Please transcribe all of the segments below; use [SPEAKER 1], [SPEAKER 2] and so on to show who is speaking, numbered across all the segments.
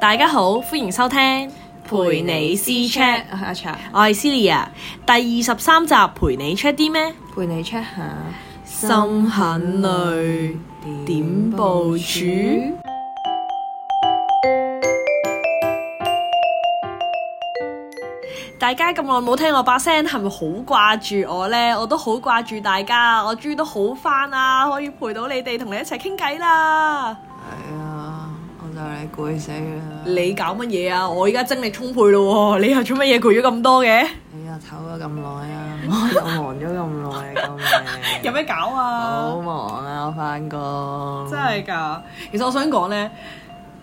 [SPEAKER 1] 大家好，歡迎收聽
[SPEAKER 2] 陪你私 check 我係啊阿茶，
[SPEAKER 1] 我係 Celia，第二十三集陪你 check 啲咩？
[SPEAKER 2] 陪你 check 下
[SPEAKER 1] 心很累，點部署？大家咁耐冇聽我把聲，係咪好掛住我呢？我都好掛住大家，我終於都好翻啦，可以陪到你哋，同你一齊傾偈啦。
[SPEAKER 2] 係啊，我就嚟攰死啦！
[SPEAKER 1] 你搞乜嘢啊？我而家精力充沛咯喎，你又做乜嘢攰咗咁多嘅？
[SPEAKER 2] 你哎又唞咗咁耐啊，我又忙咗咁耐，啊救 命！
[SPEAKER 1] 有咩搞啊？
[SPEAKER 2] 好忙啊，我翻工。
[SPEAKER 1] 真係㗎！其實我想講咧，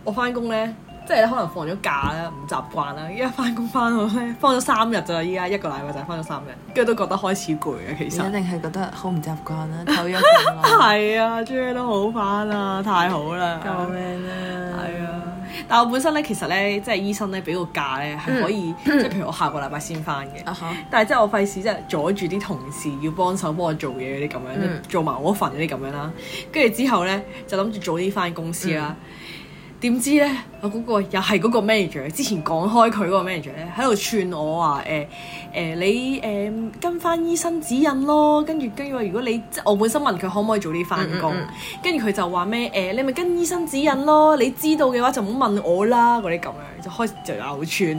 [SPEAKER 1] 我翻工咧，即係可能放咗假啦，唔習慣啦。依家翻工翻到咧，放咗三日咋，依家一個禮拜就係翻咗三日，跟住都覺得開始攰啊。其
[SPEAKER 2] 你
[SPEAKER 1] 實
[SPEAKER 2] 一定係覺得好唔習慣啦，唞咗咁耐，
[SPEAKER 1] 係啊，終於都好翻啦，太好啦！
[SPEAKER 2] 救命啊！
[SPEAKER 1] 係啊！但我本身咧，其實咧，即係醫生咧，俾個假咧係可以，即係譬如我下個禮拜先翻嘅。
[SPEAKER 2] 嗯啊哈！
[SPEAKER 1] 但係即係我費事即係阻住啲同事要幫手幫我做嘢嗰啲咁樣，
[SPEAKER 2] 嗯
[SPEAKER 1] 做埋我份嗰啲咁樣啦。跟住之後咧就諗住早啲翻公司
[SPEAKER 2] 嗯
[SPEAKER 1] 啦。點、知咧我嗰個又係嗰個 manager，之前講開佢嗰個 manager 咧喺度串我話誒誒你誒、跟翻醫生指引咯，跟住跟住話如果你即係我本身問佢可唔可以早啲翻工
[SPEAKER 2] 嗯嗯，
[SPEAKER 1] 跟住佢就話咩誒你咪跟醫生指引咯，你知道嘅話就唔好問我啦嗰啲咁樣，就開始就又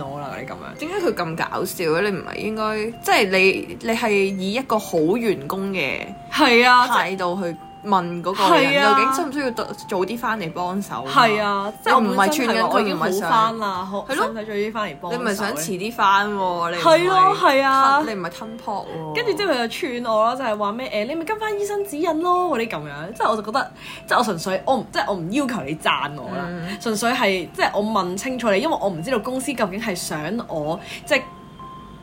[SPEAKER 1] 串我啦嗰啲咁樣。
[SPEAKER 2] 點解佢咁搞笑咧？你唔係應該即係你你係以一個好員工嘅
[SPEAKER 1] 係啊，即係
[SPEAKER 2] 態度去問嗰個
[SPEAKER 1] 係
[SPEAKER 2] 人
[SPEAKER 1] 啊
[SPEAKER 2] 究竟需唔需要早早啲翻嚟幫手？
[SPEAKER 1] 係，啊，即係我
[SPEAKER 2] 你唔係
[SPEAKER 1] 本身
[SPEAKER 2] 串緊
[SPEAKER 1] 係話我
[SPEAKER 2] 佢
[SPEAKER 1] 已經
[SPEAKER 2] 唔
[SPEAKER 1] 好
[SPEAKER 2] 係想
[SPEAKER 1] 翻啦，係
[SPEAKER 2] 係
[SPEAKER 1] 咯，
[SPEAKER 2] 咯
[SPEAKER 1] 使唔使最啲翻嚟幫
[SPEAKER 2] 你
[SPEAKER 1] 手
[SPEAKER 2] 唔
[SPEAKER 1] 咧？
[SPEAKER 2] 係想遲啲翻喎？你唔
[SPEAKER 1] 係咯係啊
[SPEAKER 2] 吞你唔係吞泡喎。
[SPEAKER 1] 跟住之後佢就串我咯，就係話咩誒，你咪跟翻醫生指引咯嗰啲咁樣，即係我就覺得，即係我純粹我唔即係我唔要求你讚我啦，純粹係即係我問清楚你，因為我唔知道公司究竟係想我即係。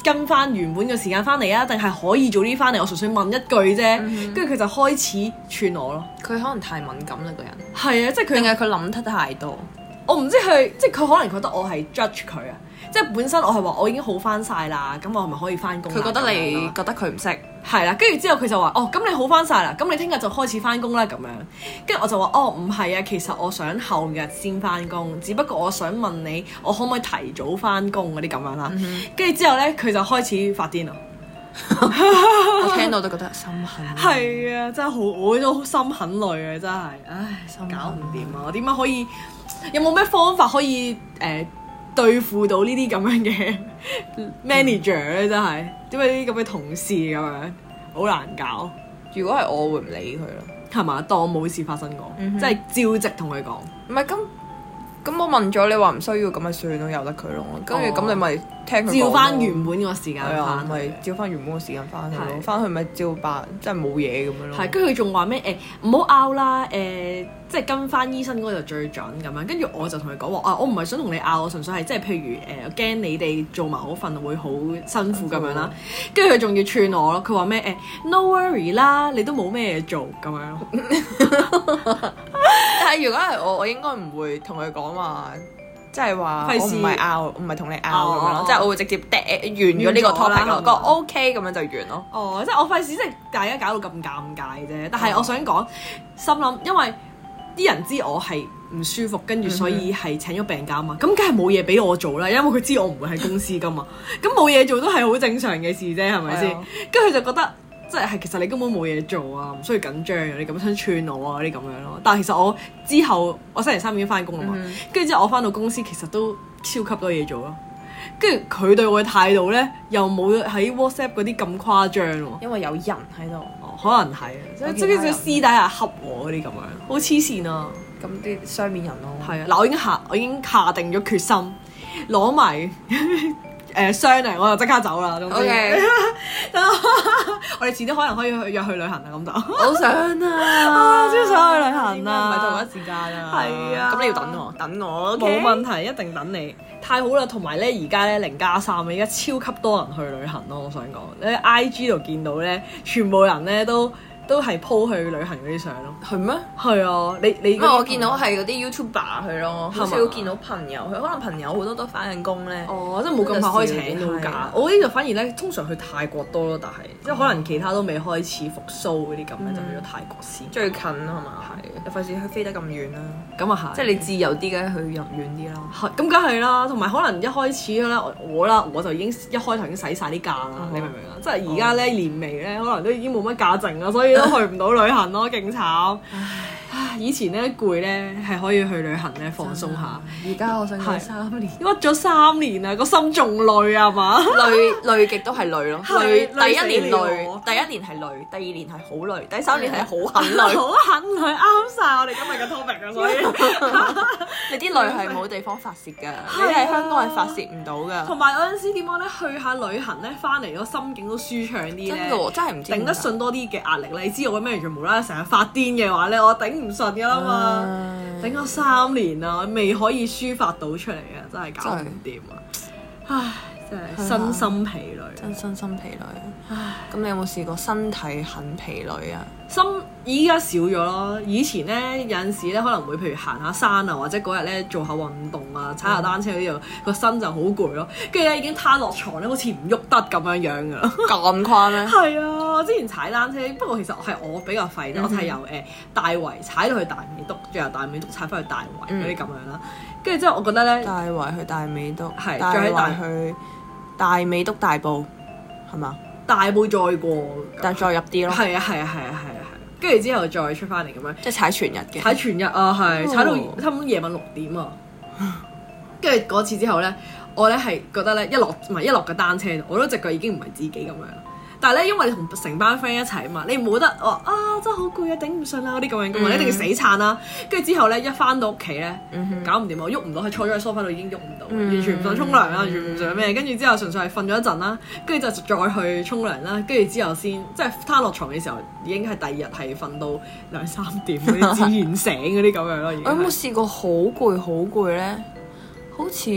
[SPEAKER 1] 跟翻原本嘅時間翻嚟啊，定係可以早啲翻嚟？我純粹問一句啫，跟住佢就開始串我咯。
[SPEAKER 2] 佢可能太敏感啦，個人，
[SPEAKER 1] 係啊，即係佢
[SPEAKER 2] 定係佢諗得太多。
[SPEAKER 1] 我唔知佢，即係佢可能覺得我係 judge 佢啊，即係本身我係話我已經好翻晒啦，咁我係咪可以翻工啊？
[SPEAKER 2] 佢覺得
[SPEAKER 1] 咁
[SPEAKER 2] 你
[SPEAKER 1] 樣啦
[SPEAKER 2] 覺得佢唔識，
[SPEAKER 1] 係啦，跟住之後佢就話哦，咁你好翻晒啦，咁你聽日就開始翻工啦咁樣，跟住我就話哦唔係啊，其實我想後日先翻工，只不過我想問你，我可唔可以提早翻工嗰啊啲咁樣啦，跟住之後呢，佢就開始發癲啦。
[SPEAKER 2] 我聽到都覺得心痕。
[SPEAKER 1] 係啊，真係好，我都心很累啊，真係，唉，
[SPEAKER 2] 心
[SPEAKER 1] 搞唔
[SPEAKER 2] 痕
[SPEAKER 1] 掂啊！我點解可以？呃有冇咩方法可以誒、呃、對付到呢啲咁樣嘅 manager 咧？真係點解呢啲咁嘅同事咁樣好難搞，
[SPEAKER 2] 如果係我，會唔理佢咯。
[SPEAKER 1] 係嘛？當冇事發生過，
[SPEAKER 2] 嗯哼
[SPEAKER 1] 即係照直同佢講。
[SPEAKER 2] 唔係咁咁，我問咗你話唔需要，咁咪算咯，由得佢咯。跟住
[SPEAKER 1] 哦
[SPEAKER 2] 咁你咪聽佢講咯
[SPEAKER 1] 照翻原本個時間
[SPEAKER 2] 係啊，
[SPEAKER 1] 翻
[SPEAKER 2] 咪照翻原本嘅時間翻去
[SPEAKER 1] 係
[SPEAKER 2] 咯。翻去咪照辦，即係冇嘢咁樣咯。
[SPEAKER 1] 係，跟住佢仲話咩誒唔好拗啦誒，即係跟翻醫生嗰個就最準咁樣。跟住我就同佢講話啊，我唔係想同你拗，我純粹係即係譬如誒，我驚你哋做埋嗰份會好辛苦咁樣啦。跟住佢仲要串我咯，佢話咩誒 no worry 啦，你都冇咩嘢做咁樣咯。
[SPEAKER 2] 但係如果係我，我應該唔會同佢講話，即係話
[SPEAKER 1] 費
[SPEAKER 2] 我
[SPEAKER 1] 事
[SPEAKER 2] 唔係拗，唔係同你拗咁樣
[SPEAKER 1] 哦
[SPEAKER 2] 咯，即係我會直接嗲完咗呢個
[SPEAKER 1] 完咗啦
[SPEAKER 2] topic 咯，
[SPEAKER 1] 係嘛
[SPEAKER 2] 個 OK 咁樣就完咯。
[SPEAKER 1] 哦，即係我費事即係大家搞到咁尷尬啫。但
[SPEAKER 2] 哦
[SPEAKER 1] 係我想講，心諗因為啲人知我係唔舒服，
[SPEAKER 2] 嗯
[SPEAKER 1] 跟住所以係請咗病假嘛，咁梗係冇嘢俾我做啦，因為佢知我唔會喺公司噶 嘛，咁冇嘢做都係好正常嘅事啫，係咪
[SPEAKER 2] 係
[SPEAKER 1] 先
[SPEAKER 2] 啊？
[SPEAKER 1] 跟住佢就覺得。即係其實你根本冇嘢做啊，唔需要緊張啊，你咁想串我啊嗰啲咁樣咯。但係其實我之後我星期三已經翻工啦嘛，
[SPEAKER 2] 嗯
[SPEAKER 1] 跟住之後我翻到公司其實都超級多嘢做咯。跟住佢對我嘅態度咧，又冇喺 WhatsApp 嗰啲咁誇張喎。
[SPEAKER 2] 因為有人喺度，
[SPEAKER 1] 哦，可能係啊，即係
[SPEAKER 2] 有
[SPEAKER 1] 即
[SPEAKER 2] 其他
[SPEAKER 1] 係
[SPEAKER 2] 人
[SPEAKER 1] 私底下恰我嗰啲咁樣，好黐線啊！
[SPEAKER 2] 咁啲雙面人咯。
[SPEAKER 1] 係啊，嗱，我已經下我已經下定咗決心，攞埋 誒商量，我就即刻走啦。總之
[SPEAKER 2] OK，
[SPEAKER 1] 我哋遲啲可能可以去約去旅行啊，咁就
[SPEAKER 2] 好想啊，
[SPEAKER 1] 啊超想去旅行啊
[SPEAKER 2] 唔係同一時間啊，
[SPEAKER 1] 係啊
[SPEAKER 2] 咁你要等我，等我
[SPEAKER 1] 冇
[SPEAKER 2] 問
[SPEAKER 1] 問題，一定等你。太好啦，同埋咧，而家咧零加三啊，而家超級多人去旅行咯。我想講，你喺 I G 度見到咧，全部人咧都都係 po 去旅行嗰啲相咯。
[SPEAKER 2] 係咩？
[SPEAKER 1] 係啊，你你嗰
[SPEAKER 2] 因為
[SPEAKER 1] 啲
[SPEAKER 2] 哦我見到係嗰啲 YouTuber 去咯，好
[SPEAKER 1] 係
[SPEAKER 2] 少
[SPEAKER 1] 嘛
[SPEAKER 2] 見到朋友去，可能朋友好多都翻緊工咧。
[SPEAKER 1] 哦，即係冇咁快可以請到
[SPEAKER 2] 係
[SPEAKER 1] 假
[SPEAKER 2] 啊。
[SPEAKER 1] 我呢就反而咧，通常去泰國多咯，但係即係可能其他都未開始復甦嗰啲咁咧，就去咗泰國先。
[SPEAKER 2] 嗯最近啊嘛，係你費事去飛得咁遠啦，
[SPEAKER 1] 咁啊係，
[SPEAKER 2] 即係你自由啲嘅去入遠啲啦。
[SPEAKER 1] 係咁梗係啦，同埋可能一開始啦，我我啦，我就已經一開頭已經使晒啲假
[SPEAKER 2] 嗯
[SPEAKER 1] 啦，你明唔明啊？即係而
[SPEAKER 2] 哦
[SPEAKER 1] 家咧年尾咧，可能都已經冇乜假剩啦，所以 都去唔到旅行咯，勁慘。唉，以前咧攰咧係可以去旅行咧放鬆下，
[SPEAKER 2] 而家我想
[SPEAKER 1] 係
[SPEAKER 2] 講三年。
[SPEAKER 1] 屈咗三年啦，個心仲累啊係嘛？
[SPEAKER 2] 累累極都係累咯，
[SPEAKER 1] 係
[SPEAKER 2] 累第
[SPEAKER 1] 累
[SPEAKER 2] 一
[SPEAKER 1] 死
[SPEAKER 2] 年
[SPEAKER 1] 你
[SPEAKER 2] 累
[SPEAKER 1] 我，
[SPEAKER 2] 第一年係累，第二年係好累，第三年係好狠累，
[SPEAKER 1] 好狠累，啱晒我哋今日嘅 topic 啊，所以。
[SPEAKER 2] 你啲累係冇地方發泄㗎，你喺香港係發泄唔到㗎，
[SPEAKER 1] 同埋有陣時點講咧，去下旅行咧，翻嚟個心境都舒暢啲咧。
[SPEAKER 2] 真㗎喎，真係唔知
[SPEAKER 1] 頂得順多啲嘅壓力咧，你知我咩人無啦啦成日發癲嘅話咧，我頂唔順噶啦嘛，
[SPEAKER 2] 啊嘛，
[SPEAKER 1] 頂咗三年啦，未可以抒發到出嚟嘅，真係搞唔掂啊！唉，真係
[SPEAKER 2] 啊
[SPEAKER 1] 身心疲累，啊
[SPEAKER 2] 真身心疲累。啊咁你有冇試過身體很疲累啊？
[SPEAKER 1] 心依家少咗咯。以前咧有陣時咧可能會譬如行下山啊，或者嗰日咧做下運動啊，踩下單車嗰啲，就個身就好攰咯。跟住咧已經攤落床咧，好似唔喐得咁樣樣噶啦。
[SPEAKER 2] 咁誇咩？
[SPEAKER 1] 係啊，我之前踩單車，不過其實係我比較廢啫，我係由誒大圍踩到去大美督，最後大美督踩翻去大圍嗰啲咁樣啦。跟住之後，我覺得咧，
[SPEAKER 2] 大圍去大美督，
[SPEAKER 1] 係
[SPEAKER 2] 大
[SPEAKER 1] 再喺大
[SPEAKER 2] 圍去大美督大埔，係嘛？
[SPEAKER 1] 大埔再過，
[SPEAKER 2] 但係再入啲咯，
[SPEAKER 1] 係啊係啊係啊係啊係啊，跟住之後再出翻嚟咁樣
[SPEAKER 2] 即係踩全日嘅。
[SPEAKER 1] 踩全日啊，係踩到
[SPEAKER 2] 哦
[SPEAKER 1] 差唔多夜晚六點啊。跟住嗰次之後咧，我咧係覺得咧一落唔係一落嘅單車度，我都隻腳已經唔係自己咁樣啦。但係咧，因為你同成班 friend 一齊啊嘛，你冇得話啊真係好攰啊，頂唔順啦嗰啲咁樣噶
[SPEAKER 2] 嗯
[SPEAKER 1] 嘛，你一定要死撐啦。跟住之後咧，一翻到屋企咧，搞唔掂啊，我喐唔到，係坐咗喺 sofa 度已經喐唔到，
[SPEAKER 2] 嗯
[SPEAKER 1] 完全唔想沖涼啦，完全唔想咩。跟住之後純粹係瞓咗一陣啦，跟住就再去沖涼啦。跟住之後先即係攤落床嘅時候，已經係第二日係瞓到兩三點嗰啲自然醒嗰啲咁樣咯，已經
[SPEAKER 2] 我有冇
[SPEAKER 1] 係
[SPEAKER 2] 試過好攰好攰咧？好似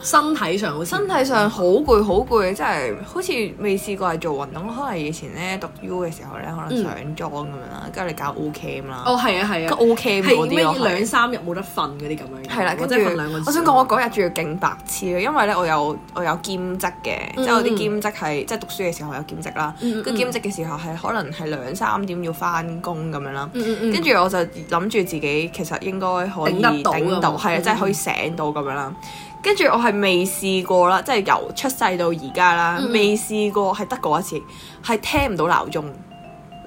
[SPEAKER 1] 身體上好似
[SPEAKER 2] 身體上好攰好攰，真係好似未試過係做運動。可能以前咧讀 U 嘅時候咧，可能
[SPEAKER 1] 嗯
[SPEAKER 2] 上妝咁樣啦，跟住你搞 O K 啦，
[SPEAKER 1] 哦係啊係
[SPEAKER 2] 跟
[SPEAKER 1] 啊，
[SPEAKER 2] O K 嗰
[SPEAKER 1] 係
[SPEAKER 2] 啲
[SPEAKER 1] 咩
[SPEAKER 2] 咯，
[SPEAKER 1] 兩三日冇得瞓嗰啲咁樣嘅，
[SPEAKER 2] 係啦，
[SPEAKER 1] 或
[SPEAKER 2] 跟
[SPEAKER 1] 者
[SPEAKER 2] 住
[SPEAKER 1] 瞓兩個字。
[SPEAKER 2] 我想講，我嗰日仲要勁白痴嘅，因為咧我有我有兼職嘅，
[SPEAKER 1] 嗯
[SPEAKER 2] 即係我啲兼職係即係讀書嘅時候有兼職啦。
[SPEAKER 1] 嗯嗯
[SPEAKER 2] 跟住兼職嘅時候係可能係兩三點要翻工咁樣啦。
[SPEAKER 1] 嗯嗯嗯
[SPEAKER 2] 跟住我就諗住自己其實應該可以
[SPEAKER 1] 頂得到咁
[SPEAKER 2] 頂到，係啊，
[SPEAKER 1] 嗯
[SPEAKER 2] 即係可以醒到咁樣啦。跟住我係未試過啦，即係由出世到而家啦，
[SPEAKER 1] 嗯嗯
[SPEAKER 2] 未試過係得嗰一次，係聽唔到鬧鐘，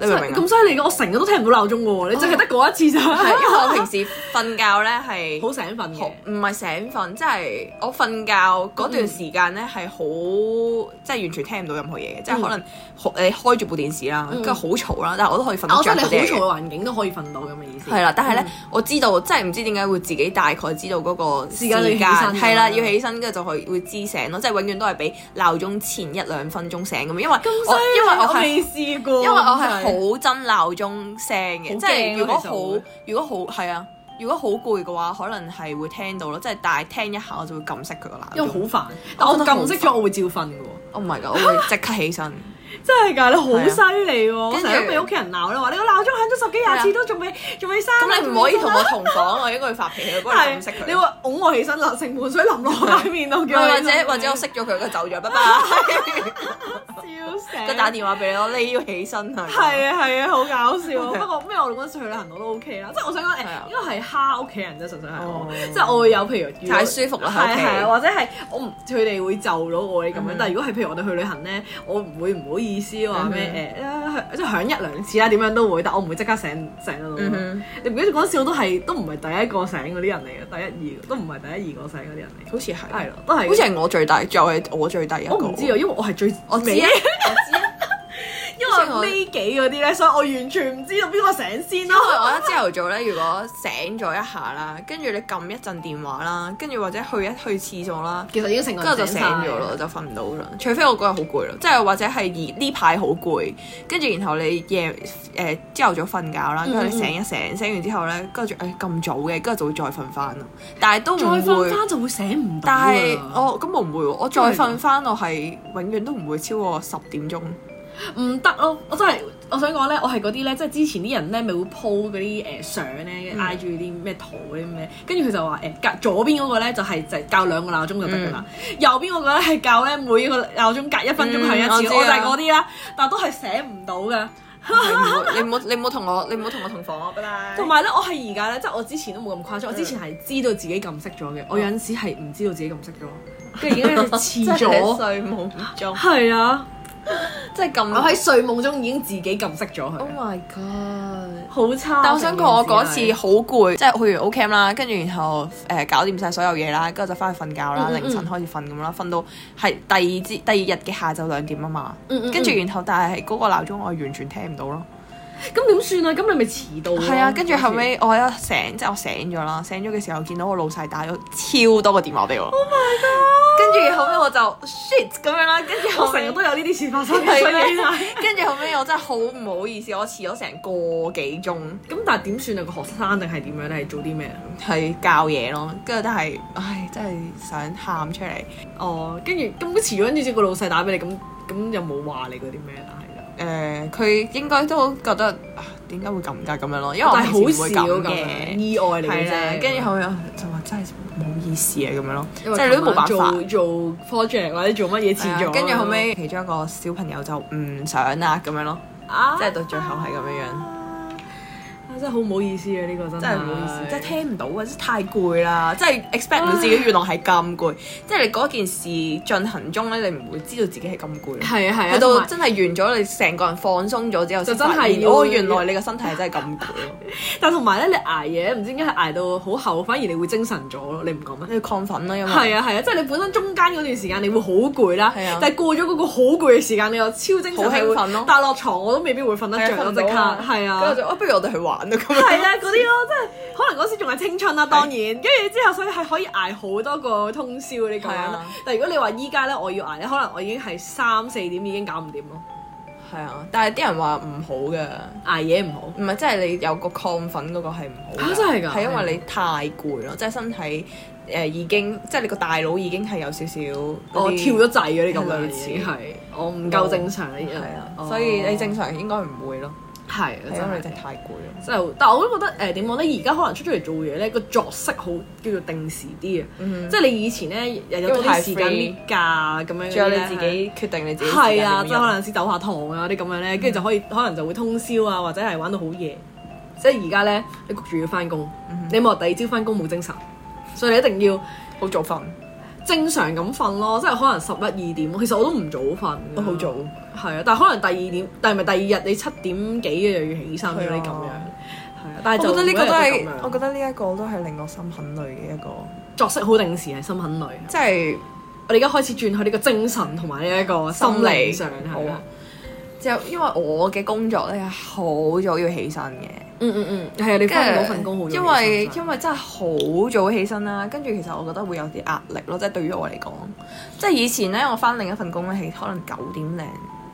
[SPEAKER 2] 你明唔明啊
[SPEAKER 1] 咁犀利嘅，我成日都聽唔到鬧鐘嘅喎，你淨係得嗰一次咋，
[SPEAKER 2] 係因為 我平時瞓覺咧係
[SPEAKER 1] 啊好醒瞓
[SPEAKER 2] 好
[SPEAKER 1] 嘅。
[SPEAKER 2] 唔係醒瞓，即係我瞓覺嗰段時間咧係好，即係完全聽唔到任何嘢嘅，即
[SPEAKER 1] 嗯
[SPEAKER 2] 係可能好你開住部電視啦，跟住好嘈啦，但係我都可以瞓
[SPEAKER 1] 但嗯
[SPEAKER 2] 得
[SPEAKER 1] 啊我覺得你
[SPEAKER 2] 著
[SPEAKER 1] 好
[SPEAKER 2] 嗰啲
[SPEAKER 1] 嘈
[SPEAKER 2] 嚟
[SPEAKER 1] 嘅嗯
[SPEAKER 2] 嘅。
[SPEAKER 1] 環境都可以瞓到咁嘅意思。
[SPEAKER 2] 係啦，但係咧，我知道真係唔知點解會自己大概知道嗰個時間
[SPEAKER 1] 時間要起身㗎啊
[SPEAKER 2] 係啦，要起身，跟住就去會知醒咯，即係永遠都係比鬧鐘前一兩分鐘醒咁，因為我因為我係
[SPEAKER 1] 啊未試過，
[SPEAKER 2] 因為我係好
[SPEAKER 1] 真
[SPEAKER 2] 憎鬧鐘聲
[SPEAKER 1] 好
[SPEAKER 2] 嘅，即
[SPEAKER 1] 驚咯
[SPEAKER 2] 係如果
[SPEAKER 1] 其
[SPEAKER 2] 好啊
[SPEAKER 1] 實會
[SPEAKER 2] 如果好係啊，如果好攰嘅話，可能係會聽到咯，即係但係聽一下我就會撳熄佢個鬧
[SPEAKER 1] 因為
[SPEAKER 2] 鐘。
[SPEAKER 1] 好煩。但我撳熄咗，我會照瞓嘅喎。
[SPEAKER 2] 我唔係㗎，我會即刻起 身。
[SPEAKER 1] 真係啊㗎，你好犀利喎！我
[SPEAKER 2] 跟住
[SPEAKER 1] 成日都俾屋企人鬧啦，話你個鬧鐘響咗十幾
[SPEAKER 2] 係
[SPEAKER 1] 廿
[SPEAKER 2] 啊
[SPEAKER 1] 次都仲未仲未生。
[SPEAKER 2] 咁你唔可以同
[SPEAKER 1] 我
[SPEAKER 2] 我同房，我應該會發脾氣，我幫你撳熄
[SPEAKER 1] 係
[SPEAKER 2] 佢。
[SPEAKER 1] 你 會拱我起身啦，成盆水淋落我塊面度
[SPEAKER 2] 唔
[SPEAKER 1] 叫
[SPEAKER 2] 係啊
[SPEAKER 1] 我
[SPEAKER 2] 或
[SPEAKER 1] 起身
[SPEAKER 2] 者或者我熄咗佢，佢走咗，拜拜。
[SPEAKER 1] 笑死。
[SPEAKER 2] 佢打電話俾你，我你要起身啊。
[SPEAKER 1] 係啊係啊，好搞笑 啊！不過咩我哋嗰陣時去旅行我都 OK 啦，即係我想講誒
[SPEAKER 2] 係啊，
[SPEAKER 1] 應該係蝦屋企人啫，純粹係我
[SPEAKER 2] 哦，
[SPEAKER 1] 即係我會有譬如遇到
[SPEAKER 2] 太舒服啦
[SPEAKER 1] 係
[SPEAKER 2] 喺屋企
[SPEAKER 1] 係啊，或者係我唔佢哋會就到我哋咁樣，但係如果係譬如我哋去旅行咧，我唔會唔好意思話咩誒啊，即係響一兩次啦，點樣都會，但我唔會即刻醒醒得到
[SPEAKER 2] 嗯
[SPEAKER 1] 咯。
[SPEAKER 2] 哼
[SPEAKER 1] 你唔記得嗰陣時我都係都唔係第一個醒嗰啲人嚟嘅，第一二都唔係第一二個醒嗰啲人嚟
[SPEAKER 2] 好似係，
[SPEAKER 1] 嘅，係咯，都係。
[SPEAKER 2] 好似係我最低，就係我最低一個。
[SPEAKER 1] 我唔知啊，，因為我係最
[SPEAKER 2] 我知
[SPEAKER 1] 尾
[SPEAKER 2] 啊，我知啊。
[SPEAKER 1] 因為我呢幾嗰啲咧，所以我完全唔知道邊個醒先
[SPEAKER 2] 因為
[SPEAKER 1] 咯。
[SPEAKER 2] 我覺得朝頭早咧，如果醒咗一下啦，跟住你撳一陣電話啦，跟住或者去一去廁所啦，
[SPEAKER 1] 其實已經成個
[SPEAKER 2] 跟住就醒咗
[SPEAKER 1] 啊
[SPEAKER 2] 咯，就瞓唔到啦。除非我嗰日好攰咯，即係或者係而呢排好攰，跟住然後你夜誒朝頭早瞓覺啦，
[SPEAKER 1] 嗯
[SPEAKER 2] 跟住你醒一醒，醒完之後咧，跟住誒咁早嘅，跟住就會再瞓翻咯。但係都
[SPEAKER 1] 再
[SPEAKER 2] 唔
[SPEAKER 1] 瞓
[SPEAKER 2] 會，
[SPEAKER 1] 翻就會醒唔到
[SPEAKER 2] 但係
[SPEAKER 1] 啊
[SPEAKER 2] 我咁我唔會喎，我再瞓翻我係永遠都唔會超過十點鐘。
[SPEAKER 1] 唔得咯，我真係我想講咧，我係嗰啲咧，即係之前啲人咧，咪會 po 嗰啲誒相
[SPEAKER 2] 嗯
[SPEAKER 1] 咧，挨住啲咩圖嗰啲咩，跟住佢就話誒隔左邊嗰個咧就係就係教兩個鬧鐘就得㗎啦，
[SPEAKER 2] 嗯
[SPEAKER 1] 右邊嗰個咧係教咧每個鬧鐘隔一分鐘響
[SPEAKER 2] 嗯我
[SPEAKER 1] 一
[SPEAKER 2] 知
[SPEAKER 1] 次，
[SPEAKER 2] 啊
[SPEAKER 1] 我就係嗰啲啦，但都係寫唔到㗎。
[SPEAKER 2] 你唔好你唔好你唔好同我你唔好同我同房啊，拜拜。
[SPEAKER 1] 同埋咧，我係而家咧，即係我之前都冇咁誇
[SPEAKER 2] 嗯
[SPEAKER 1] 張，我之前係知道自己撳熄咗嘅，我有陣時係唔知道自己撳熄咗，跟住已經係遲咗。
[SPEAKER 2] 睡夢中，
[SPEAKER 1] 係啊，
[SPEAKER 2] 即係咁。
[SPEAKER 1] 我喺睡夢中已經自己撳熄咗佢，
[SPEAKER 2] my god！
[SPEAKER 1] 好差。
[SPEAKER 2] 但我想
[SPEAKER 1] 成件
[SPEAKER 2] 講，
[SPEAKER 1] 事
[SPEAKER 2] 我嗰次
[SPEAKER 1] 係
[SPEAKER 2] 好攰，即係去完 O Camp 啦，跟住然後誒搞掂晒所有嘢啦，跟住就翻去瞓覺啦，
[SPEAKER 1] 嗯嗯嗯
[SPEAKER 2] 凌晨開始瞓咁啦，瞓到係第二之第二日嘅下晝兩點啊嘛，
[SPEAKER 1] 嗯嗯嗯
[SPEAKER 2] 跟住然後但係嗰個鬧鐘我係完全聽唔到咯，
[SPEAKER 1] 咁點算啊？咁你咪遲到咯。
[SPEAKER 2] 係啊，跟住後
[SPEAKER 1] 好似
[SPEAKER 2] 尾我一醒，即係我醒咗啦，醒咗嘅時候見到我老細打咗超多個電話俾
[SPEAKER 1] Oh
[SPEAKER 2] 我，跟住後尾我就 shit 咁樣啦，跟住後
[SPEAKER 1] 我
[SPEAKER 2] 尾
[SPEAKER 1] 成日都有呢啲事發生嘅，所以
[SPEAKER 2] 係
[SPEAKER 1] 你
[SPEAKER 2] 啦
[SPEAKER 1] 睇
[SPEAKER 2] 跟住後尾我真係好唔好意思，我遲咗成個幾鐘。
[SPEAKER 1] 咁但係點算啊？個學生定係點樣咧？係做啲咩啊？
[SPEAKER 2] 係教嘢咯，跟住但係，唉，真係想喊出嚟。誒、
[SPEAKER 1] 哦，跟住咁遲咗，跟住個老細打俾你，咁咁有冇話你嗰啲咩啊？係啊
[SPEAKER 2] 佢應該都覺得啊點解會咁㗎咁樣咯，因為
[SPEAKER 1] 哦
[SPEAKER 2] 我
[SPEAKER 1] 但係
[SPEAKER 2] 平時唔
[SPEAKER 1] 好
[SPEAKER 2] 會
[SPEAKER 1] 少
[SPEAKER 2] 咁
[SPEAKER 1] 咁樣
[SPEAKER 2] 嘅。
[SPEAKER 1] 意外嚟嘅
[SPEAKER 2] 係啦
[SPEAKER 1] 啫，，
[SPEAKER 2] 跟住後面我就話真係唔好意思啊咁樣咯，即
[SPEAKER 1] 因為
[SPEAKER 2] 係你都冇辦
[SPEAKER 1] 琴
[SPEAKER 2] 法
[SPEAKER 1] 晚。做做 project 或者做乜嘢遲
[SPEAKER 2] 係
[SPEAKER 1] 咗
[SPEAKER 2] 啊，跟住後尾其中一個小朋友就唔想啦咁樣咯，
[SPEAKER 1] 啊
[SPEAKER 2] 即係到最後係咁樣樣，
[SPEAKER 1] 啊真係好唔好意思啊！呢個真
[SPEAKER 2] 真係唔好意思，即係聽唔到啊，真係太攰啦，即係 expect 唔到自己原來係咁攰，即係你嗰件事進行中咧，你唔會知道自己係咁攰咯。
[SPEAKER 1] 係啊係啊，
[SPEAKER 2] 去到
[SPEAKER 1] 同埋
[SPEAKER 2] 真係完咗，你成個人放鬆咗之
[SPEAKER 1] 就
[SPEAKER 2] 後，先發
[SPEAKER 1] 真係
[SPEAKER 2] 現
[SPEAKER 1] 要啊
[SPEAKER 2] 哦，原來你個身體係真係咁攰咯，
[SPEAKER 1] 但同埋咧，你捱夜唔知點解係捱到好後，反而你會精神咗咯，你唔覺咩？
[SPEAKER 2] 你要亢奮啦，因為
[SPEAKER 1] 係啊係啊，即係你本身中間嗰段時間你會好攰啦，
[SPEAKER 2] 嗯係啊
[SPEAKER 1] 但係過咗嗰個好攰嘅時間，你又超精神，
[SPEAKER 2] 好興奮咯
[SPEAKER 1] 但落床我都未必會瞓得
[SPEAKER 2] 係啊
[SPEAKER 1] 着
[SPEAKER 2] 瞓
[SPEAKER 1] 咯，
[SPEAKER 2] 唔
[SPEAKER 1] 即
[SPEAKER 2] 到
[SPEAKER 1] 刻
[SPEAKER 2] 啊
[SPEAKER 1] 係
[SPEAKER 2] 跟
[SPEAKER 1] 啊
[SPEAKER 2] 住。就啊，不如我哋去玩啦咁樣。
[SPEAKER 1] 係啊，嗰啲咯，即係可能嗰時仲係青春啦，當然，跟住之後所以係可以捱好多個通宵嗰啲咁樣
[SPEAKER 2] 係
[SPEAKER 1] 啦
[SPEAKER 2] 啊。
[SPEAKER 1] 但係如果你話依家咧，我要捱咧，可能我已經係三四點已經搞唔掂咯，
[SPEAKER 2] 係啊，但係啲人話唔好嘅，
[SPEAKER 1] 捱夜唔好。
[SPEAKER 2] 唔係即係你有個亢奮嗰個係唔
[SPEAKER 1] 啊
[SPEAKER 2] 好㗎
[SPEAKER 1] 真係㗎
[SPEAKER 2] 係因為你太攰咯，即係身體誒已經即係你個大腦已經係有少少
[SPEAKER 1] 我
[SPEAKER 2] 我
[SPEAKER 1] 哦跳咗掣嗰啲咁
[SPEAKER 2] 係
[SPEAKER 1] 樣，
[SPEAKER 2] 類似
[SPEAKER 1] 係我唔夠正常呢樣
[SPEAKER 2] 哦係啊，
[SPEAKER 1] 哦
[SPEAKER 2] 所以你正常應該唔會咯，
[SPEAKER 1] 係啊
[SPEAKER 2] 係
[SPEAKER 1] 真
[SPEAKER 2] 因為你
[SPEAKER 1] 係
[SPEAKER 2] 真係太攰咯。
[SPEAKER 1] 真係，但係我都覺得誒點講咧，而家可能出咗嚟做嘢咧，個作息好叫做定時啲啊，即係你以前咧日日
[SPEAKER 2] 嗯因為
[SPEAKER 1] 都
[SPEAKER 2] 太
[SPEAKER 1] 啲時間
[SPEAKER 2] free
[SPEAKER 1] 搣假咁樣，
[SPEAKER 2] 仲有你自。己決定你自己時間
[SPEAKER 1] 啊係啊，
[SPEAKER 2] 點樣嗯
[SPEAKER 1] 即係可
[SPEAKER 2] 用
[SPEAKER 1] 能先走下堂啊啲咁樣咧，跟住就可以可能就會通宵啊，或者係玩到好夜。即係而家咧，你焗住要翻工，
[SPEAKER 2] 嗯
[SPEAKER 1] 你冇話第二朝翻工冇精神，所以你一定要
[SPEAKER 2] 好早瞓，
[SPEAKER 1] 正常咁瞓咯，即係可能十一二點。其實我都唔早瞓，
[SPEAKER 2] 我好早。
[SPEAKER 1] 係啊，但係可能第二點，但係咪第二日你七點幾嘅又要起身嗰
[SPEAKER 2] 係啊
[SPEAKER 1] 啲咁樣，係啊。但係
[SPEAKER 2] 我
[SPEAKER 1] 就
[SPEAKER 2] 覺得呢個都
[SPEAKER 1] 每日
[SPEAKER 2] 係
[SPEAKER 1] 咁樣，
[SPEAKER 2] 我覺得呢一個都係令我心很累嘅一個，
[SPEAKER 1] 作息好定時係心很累。啊
[SPEAKER 2] 即係
[SPEAKER 1] 我哋而家開始轉去呢個精神同埋呢一個心理上
[SPEAKER 2] 好
[SPEAKER 1] 係啊
[SPEAKER 2] 啊。就因為我嘅工作咧係好早要起身嘅，
[SPEAKER 1] 嗯嗯嗯，係啊，你翻唔到
[SPEAKER 2] 跟住
[SPEAKER 1] 份工好容易
[SPEAKER 2] 因為
[SPEAKER 1] 上身
[SPEAKER 2] 因為真係好早起身啦，跟住其實我覺得會有啲壓力咯，即係對於我嚟講，即係以前咧我翻另一份工咧係可能九點零，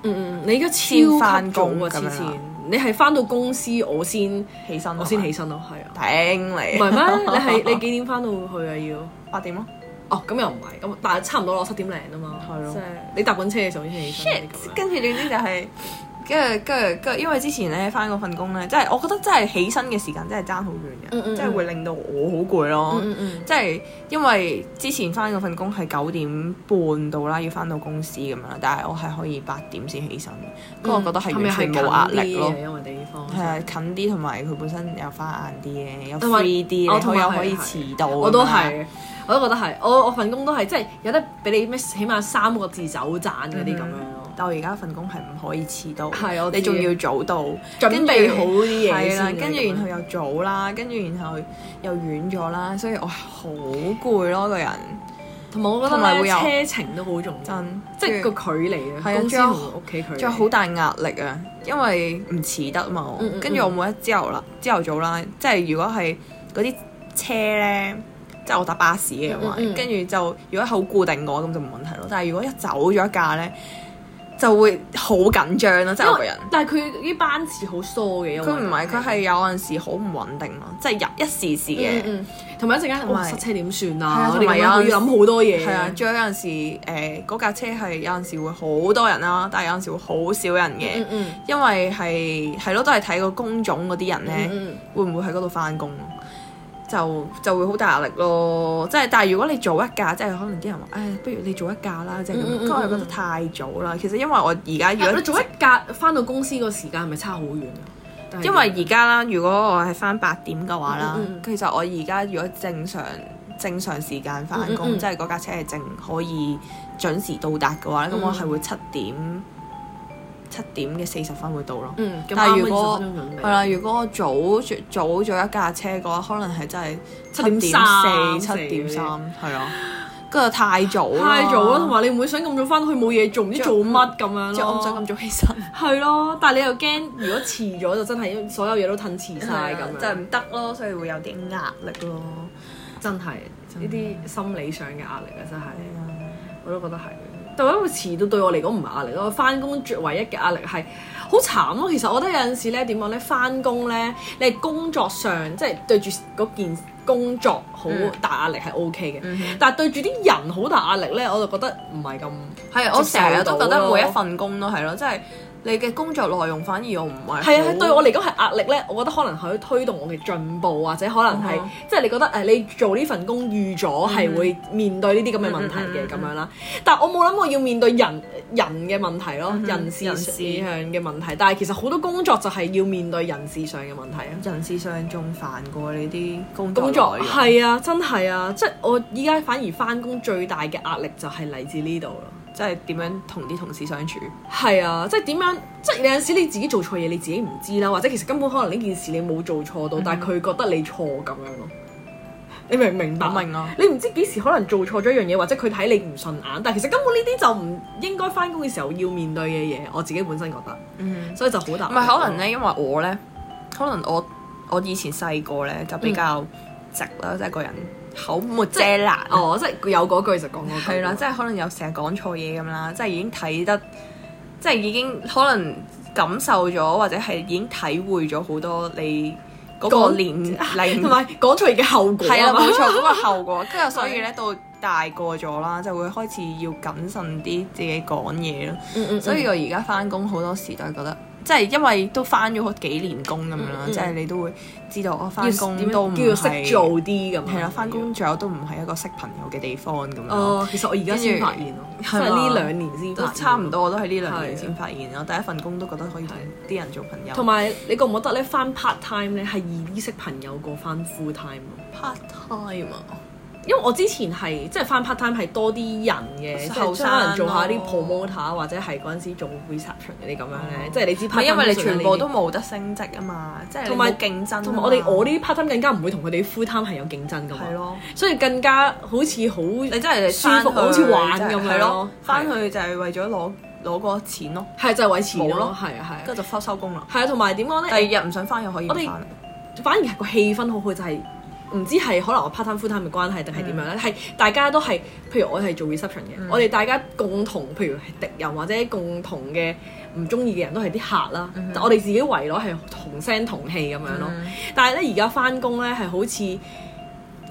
[SPEAKER 1] 嗯嗯，你而家超翻
[SPEAKER 2] 返
[SPEAKER 1] 工
[SPEAKER 2] 工
[SPEAKER 1] 啊！
[SPEAKER 2] 咁
[SPEAKER 1] 黐
[SPEAKER 2] 樣
[SPEAKER 1] 線
[SPEAKER 2] 啦，
[SPEAKER 1] 你係翻到公司我先
[SPEAKER 2] 起身咯啊
[SPEAKER 1] 我先起身咯，係啊，
[SPEAKER 2] 頂
[SPEAKER 1] 唔
[SPEAKER 2] 你
[SPEAKER 1] 係咩？ 你係你幾點翻到去啊？要
[SPEAKER 2] 八點咯，
[SPEAKER 1] 哦，咁又唔係咁，但係差唔多咯，七點零啊嘛，
[SPEAKER 2] 係咯
[SPEAKER 1] 即係你搭緊車嘅時候先起身咁樣。
[SPEAKER 2] 跟住總之就係、跟住跟住跟住，因為之前咧翻嗰份工咧，即係我覺得真係起身嘅時間真係爭好遠嘅，
[SPEAKER 1] 嗯嗯
[SPEAKER 2] 即係會令到我好攰咯。
[SPEAKER 1] 嗯嗯
[SPEAKER 2] 即係因為之前翻嗰份工係九點半到啦，要翻到公司咁樣啦，但係我係可以八點先起身嘅，咁、
[SPEAKER 1] 嗯，
[SPEAKER 2] 我覺得係
[SPEAKER 1] 係咪
[SPEAKER 2] 完全
[SPEAKER 1] 係
[SPEAKER 2] 冇壓力咯
[SPEAKER 1] 近啲嘅。因為地方
[SPEAKER 2] 係啊，近啲同埋佢本身又翻晏啲嘅，又
[SPEAKER 1] 同埋
[SPEAKER 2] free 啲，
[SPEAKER 1] 我
[SPEAKER 2] 你
[SPEAKER 1] 同
[SPEAKER 2] 可
[SPEAKER 1] 埋
[SPEAKER 2] 又
[SPEAKER 1] 係
[SPEAKER 2] 可以
[SPEAKER 1] 係
[SPEAKER 2] 遲到。啊
[SPEAKER 1] 我都，係，我都覺得係，我我份工都係即係有得俾你咩，起碼三個字走賺嗰啲咁樣咯。
[SPEAKER 2] 但我而家份工係唔可以遲到，
[SPEAKER 1] 係我知
[SPEAKER 2] 你仲要早到，
[SPEAKER 1] 準備好啲嘢
[SPEAKER 2] 係啦
[SPEAKER 1] 先嘅
[SPEAKER 2] 跟住
[SPEAKER 1] 咁樣
[SPEAKER 2] 然後又早啦，跟住然後又遠咗啦，所以我係好攰咯，個人
[SPEAKER 1] 同埋我覺
[SPEAKER 2] 同埋
[SPEAKER 1] 得
[SPEAKER 2] 會有
[SPEAKER 1] 咧，車程都好重要，
[SPEAKER 2] 真
[SPEAKER 1] 即係個距離啊，
[SPEAKER 2] 係啊
[SPEAKER 1] 公司
[SPEAKER 2] 仲有
[SPEAKER 1] 同屋企距離。
[SPEAKER 2] 仲有好大壓力啊，因為唔遲得嘛。我
[SPEAKER 1] 嗯嗯
[SPEAKER 2] 跟住我每一朝啦，朝頭早啦，即係如果係嗰啲車咧，即係我搭巴士嘅話
[SPEAKER 1] 嗯嗯嗯，
[SPEAKER 2] 跟住就如果係好固定嘅話，咁就冇問題咯。但係如果一走咗一架咧，就會好緊張咯，即係我個人。
[SPEAKER 1] 但係佢啲班次好疏嘅，因為啊
[SPEAKER 2] 佢唔係，佢係有陣時好唔穩定咯，即係入一時時
[SPEAKER 1] 嗯
[SPEAKER 2] 嘅。
[SPEAKER 1] 嗯，同埋一陣間
[SPEAKER 2] 同
[SPEAKER 1] 哇
[SPEAKER 2] 埋
[SPEAKER 1] 塞車點算
[SPEAKER 2] 係啊
[SPEAKER 1] 啊？我
[SPEAKER 2] 同
[SPEAKER 1] 哋咁
[SPEAKER 2] 埋有
[SPEAKER 1] 樣
[SPEAKER 2] 陣
[SPEAKER 1] 要諗好多嘢。
[SPEAKER 2] 係啊，仲有陣時誒嗰架車係有陣時會好多人啦，但係有陣時會好少人嘅
[SPEAKER 1] 嗯，嗯
[SPEAKER 2] 因為係係咯，都係睇個工種嗰啲人咧。
[SPEAKER 1] 嗯嗯，
[SPEAKER 2] 會唔會喺嗰度翻工？就就會好大壓力咯，即係但係如果你早一架，即係可能啲人話，唉，不如你早一架啦，即係咁
[SPEAKER 1] 嗯嗯
[SPEAKER 2] 樣。
[SPEAKER 1] 嗯
[SPEAKER 2] 咁我又覺得太早啦。其實因為我而家如
[SPEAKER 1] 啊
[SPEAKER 2] 果
[SPEAKER 1] 你做一格翻到公司個時間係咪差好遠啊？但係
[SPEAKER 2] 因為而家啦，如果我係翻八點嘅話啦，
[SPEAKER 1] 嗯嗯嗯
[SPEAKER 2] 其實我而家如果正常正常時間翻工，
[SPEAKER 1] 嗯嗯嗯
[SPEAKER 2] 即係嗰架車係正可以準時到達嘅話咧，咁、
[SPEAKER 1] 嗯
[SPEAKER 2] 我係會七點七點嘅四十分會到咯。
[SPEAKER 1] 嗯，咁
[SPEAKER 2] 但係
[SPEAKER 1] 啱
[SPEAKER 2] 如果
[SPEAKER 1] 啱先準備
[SPEAKER 2] 係啦，如果我早早咗一架車嘅話，可能係真係
[SPEAKER 1] 7.3
[SPEAKER 2] 四、
[SPEAKER 1] 四
[SPEAKER 2] 七點三，係啊，跟住太早啦
[SPEAKER 1] 太早啦，同埋你唔會想咁早翻去冇嘢做，唔知做乜咁樣
[SPEAKER 2] 即係我唔想咁
[SPEAKER 1] 咯。
[SPEAKER 2] 早起身，
[SPEAKER 1] 係咯，但係你又驚，如果遲咗就真 係啊所有嘢都褪遲晒咁
[SPEAKER 2] 就係
[SPEAKER 1] 樣，
[SPEAKER 2] 唔得咯，所以會有啲壓力咯。
[SPEAKER 1] 真係
[SPEAKER 2] 真係
[SPEAKER 1] 呢啲心理上嘅壓力啊，真係
[SPEAKER 2] 係啊
[SPEAKER 1] 我都覺得係。但係因為遲到對我嚟講唔係壓力咯，翻工最唯一嘅壓力係好慘咯。其實我覺得有陣時咧點講咧，翻工咧你係工作上即係對住嗰件工作好
[SPEAKER 2] 嗯
[SPEAKER 1] 大壓力係 O K 嘅，
[SPEAKER 2] 嗯哼
[SPEAKER 1] 但係對住啲人好大壓力咧，我就覺得唔係咁。
[SPEAKER 2] 係，啊我成日都
[SPEAKER 1] 接
[SPEAKER 2] 覺
[SPEAKER 1] 受到
[SPEAKER 2] 得
[SPEAKER 1] 咯
[SPEAKER 2] 每一份工都係咯，即係你嘅工作內容反而我唔係
[SPEAKER 1] 係啊，
[SPEAKER 2] 好
[SPEAKER 1] 對我嚟講係壓力咧，我覺得可能可以推動我嘅進步，或者可能係、
[SPEAKER 2] 嗯
[SPEAKER 1] 即係你覺得誒你做呢份工預咗係會面對呢啲咁嘅問題
[SPEAKER 2] 嗯嗯嗯
[SPEAKER 1] 嘅
[SPEAKER 2] 嗯
[SPEAKER 1] 咁樣啦。但係我冇諗過要面對人人嘅問題咯，
[SPEAKER 2] 嗯
[SPEAKER 1] 人事
[SPEAKER 2] 人事
[SPEAKER 1] 上嘅問題。但係其實好多工作就係要面對人事上嘅問題啊。
[SPEAKER 2] 人事上仲煩過你啲工
[SPEAKER 1] 工作
[SPEAKER 2] 內容
[SPEAKER 1] 係啊，真係啊，即係我依家反而翻工最大嘅壓力就係嚟自呢度咯。
[SPEAKER 2] 即係點樣同啲同事相處？
[SPEAKER 1] 係啊，即係點樣？即係有陣時你自己做錯嘢，你自己唔知啦，或者其實根本可能呢件事你冇做錯
[SPEAKER 2] 嗯
[SPEAKER 1] 到，但係佢覺得你錯咁樣咯。你明唔明白？
[SPEAKER 2] 我明啊
[SPEAKER 1] 你唔知幾時可能做錯咗一樣嘢，或者佢睇你唔順眼，但係其實根本呢啲就唔應該翻工嘅時候要面對嘅嘢。我自己本身覺得，
[SPEAKER 2] 嗯。
[SPEAKER 1] 所以就好大壓
[SPEAKER 2] 唔
[SPEAKER 1] 力咯。
[SPEAKER 2] 係可能咧，因為我咧，可能我我以前細個咧就比較直啦，即係個人口沒遮攔。
[SPEAKER 1] 哦，即係有嗰句就講嗰句。
[SPEAKER 2] 係啦，即係可能有成日講錯嘢咁啦，即係已經睇得，即係已經可能感受咗或者係已經體會咗好多你嗰個
[SPEAKER 1] 講
[SPEAKER 2] 年齡
[SPEAKER 1] 同埋講出嚟嘅後果
[SPEAKER 2] 係
[SPEAKER 1] 啊
[SPEAKER 2] 啊，
[SPEAKER 1] 嘛
[SPEAKER 2] 冇錯 嗰個後果。跟住所以咧，到大個咗啦，就會開始要謹慎啲自己講嘢咯。
[SPEAKER 1] 嗯嗯嗯
[SPEAKER 2] 所以我而家翻工好多時都係覺得，即係因為都翻咗幾年工咁樣啦，
[SPEAKER 1] 嗯嗯
[SPEAKER 2] 即係你都會知道我
[SPEAKER 1] 要
[SPEAKER 2] 翻工
[SPEAKER 1] 點
[SPEAKER 2] 都
[SPEAKER 1] 樣
[SPEAKER 2] 唔
[SPEAKER 1] 叫做識
[SPEAKER 2] 係
[SPEAKER 1] 做啲咁樣。
[SPEAKER 2] 係啦，啊翻工仲有都唔係一個識朋友嘅地方咁樣。
[SPEAKER 1] 哦，其實我而家先發現咯，即
[SPEAKER 2] 係
[SPEAKER 1] 係
[SPEAKER 2] 嘛
[SPEAKER 1] 呢兩年先發
[SPEAKER 2] 都
[SPEAKER 1] 現
[SPEAKER 2] 差唔。多，我都係呢兩年
[SPEAKER 1] 係
[SPEAKER 2] 先發現。我第一份工都覺得可以同啲人做朋友。
[SPEAKER 1] 同埋你覺唔覺得咧翻 part time 咧係易啲識朋友過翻 full time 咯？
[SPEAKER 2] part time 啊，
[SPEAKER 1] 因為我之前係即係翻 part time 係多啲人嘅，即
[SPEAKER 2] 後
[SPEAKER 1] 係
[SPEAKER 2] 生
[SPEAKER 1] 可能做下啲
[SPEAKER 2] 咯
[SPEAKER 1] promoter 或者係嗰陣時做 reception 嗰啲咁樣咧
[SPEAKER 2] 哦，
[SPEAKER 1] 即係你知
[SPEAKER 2] 唔係
[SPEAKER 1] part
[SPEAKER 2] 因
[SPEAKER 1] time
[SPEAKER 2] 為你全部都冇得升職啊嘛，即係你
[SPEAKER 1] 同埋
[SPEAKER 2] 冇競爭啊嘛。
[SPEAKER 1] 同埋我哋我呢啲 part time 更加唔會同佢哋 full time 係有競爭噶
[SPEAKER 2] 係
[SPEAKER 1] 嘛，
[SPEAKER 2] 咯，
[SPEAKER 1] 所以更加好似好
[SPEAKER 2] 你真係你
[SPEAKER 1] 舒
[SPEAKER 2] 返
[SPEAKER 1] 服
[SPEAKER 2] 去
[SPEAKER 1] 好似玩咁
[SPEAKER 2] 係
[SPEAKER 1] 樣咯，
[SPEAKER 2] 翻去就係為咗攞攞個錢咯，
[SPEAKER 1] 係就係為錢
[SPEAKER 2] 冇咯
[SPEAKER 1] 咯，係啊係啊，
[SPEAKER 2] 跟住就收收工啦。
[SPEAKER 1] 係啊同埋點講咧？
[SPEAKER 2] 第二日唔想翻又可以唔
[SPEAKER 1] 我哋
[SPEAKER 2] 翻。
[SPEAKER 1] 反而係個氣氛好好，就係、唔知係可能我 part time full time 嘅關係定係點樣咧？係、大家都係，譬如我係做 reception 嘅，我哋大家共同，譬如係敵人或者共同嘅唔中意嘅人都係啲客啦。但我哋自己圍內係同聲同氣咁樣咯。但係咧而家翻工咧係好似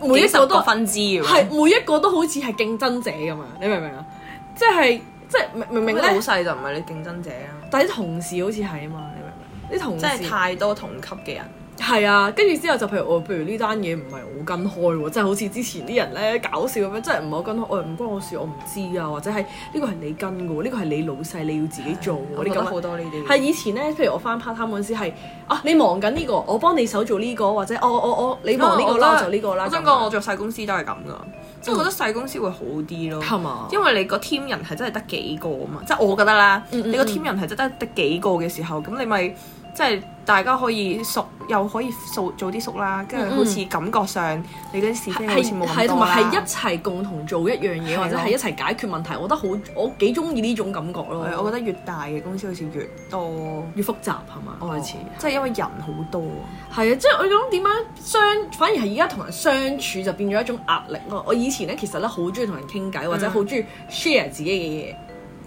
[SPEAKER 1] 每一
[SPEAKER 2] 幾
[SPEAKER 1] 個都
[SPEAKER 2] 十個分支咁樣
[SPEAKER 1] 係每一個都好似係競爭者咁樣，你明唔明啊？即係即係明明明
[SPEAKER 2] 咁老
[SPEAKER 1] 咧，
[SPEAKER 2] 細就唔係你競爭者啦，
[SPEAKER 1] 但係啲同事好似係啊嘛，你明唔明？啲同
[SPEAKER 2] 即係
[SPEAKER 1] 事。
[SPEAKER 2] 太多同級嘅人。
[SPEAKER 1] 係啊，跟住之後就譬如我，譬如呢單嘢唔係我跟開喎，即係好似之前啲人咧搞笑咁樣，即係唔係我跟開，我唔關我事，我唔知啊，或者係呢個係你跟嘅喎，呢個係你老細，你要自己做
[SPEAKER 2] 我
[SPEAKER 1] 喎，
[SPEAKER 2] 哋
[SPEAKER 1] 啲
[SPEAKER 2] 覺得
[SPEAKER 1] 咁
[SPEAKER 2] 好
[SPEAKER 1] 啊。
[SPEAKER 2] 多呢啲。
[SPEAKER 1] 係以前咧，譬如我翻 part time 嗰陣時係啊，你忙緊呢個，我幫你手做呢個，或者我我我你忙呢個啦，我做呢個啦。
[SPEAKER 2] 我想
[SPEAKER 1] 咁樣
[SPEAKER 2] 講，我做細公司都係咁噶，即係覺得細公司會好啲咯。
[SPEAKER 1] 係嘛
[SPEAKER 2] 因為你個 team 人係真係得幾個啊嘛，即係我覺得啦，
[SPEAKER 1] 嗯嗯
[SPEAKER 2] 你個 team 人係真係得幾個嘅時候，咁你咪即係大家可以熟，又可以做做啲熟啦，跟住好似感覺上你嗰啲是非好似冇
[SPEAKER 1] 嗯係
[SPEAKER 2] 咁
[SPEAKER 1] 同
[SPEAKER 2] 多
[SPEAKER 1] 埋
[SPEAKER 2] 啦
[SPEAKER 1] 係一齊共同做一樣嘢，
[SPEAKER 2] 係
[SPEAKER 1] 或者
[SPEAKER 2] 咯
[SPEAKER 1] 係一齊解決問題，我覺得好，我幾中意呢種感覺咯。
[SPEAKER 2] 係我覺得越大嘅公司好似越多
[SPEAKER 1] 越複雜係嘛，
[SPEAKER 2] 哦
[SPEAKER 1] 開始。
[SPEAKER 2] 即係因為人好多啊。
[SPEAKER 1] 係啊，即係我諗點樣相，反而係而家同人相處就嗯變咗一種壓力咯。我以前咧其實咧好中意同人傾偈，或者好中意 share 自己嘅嘢。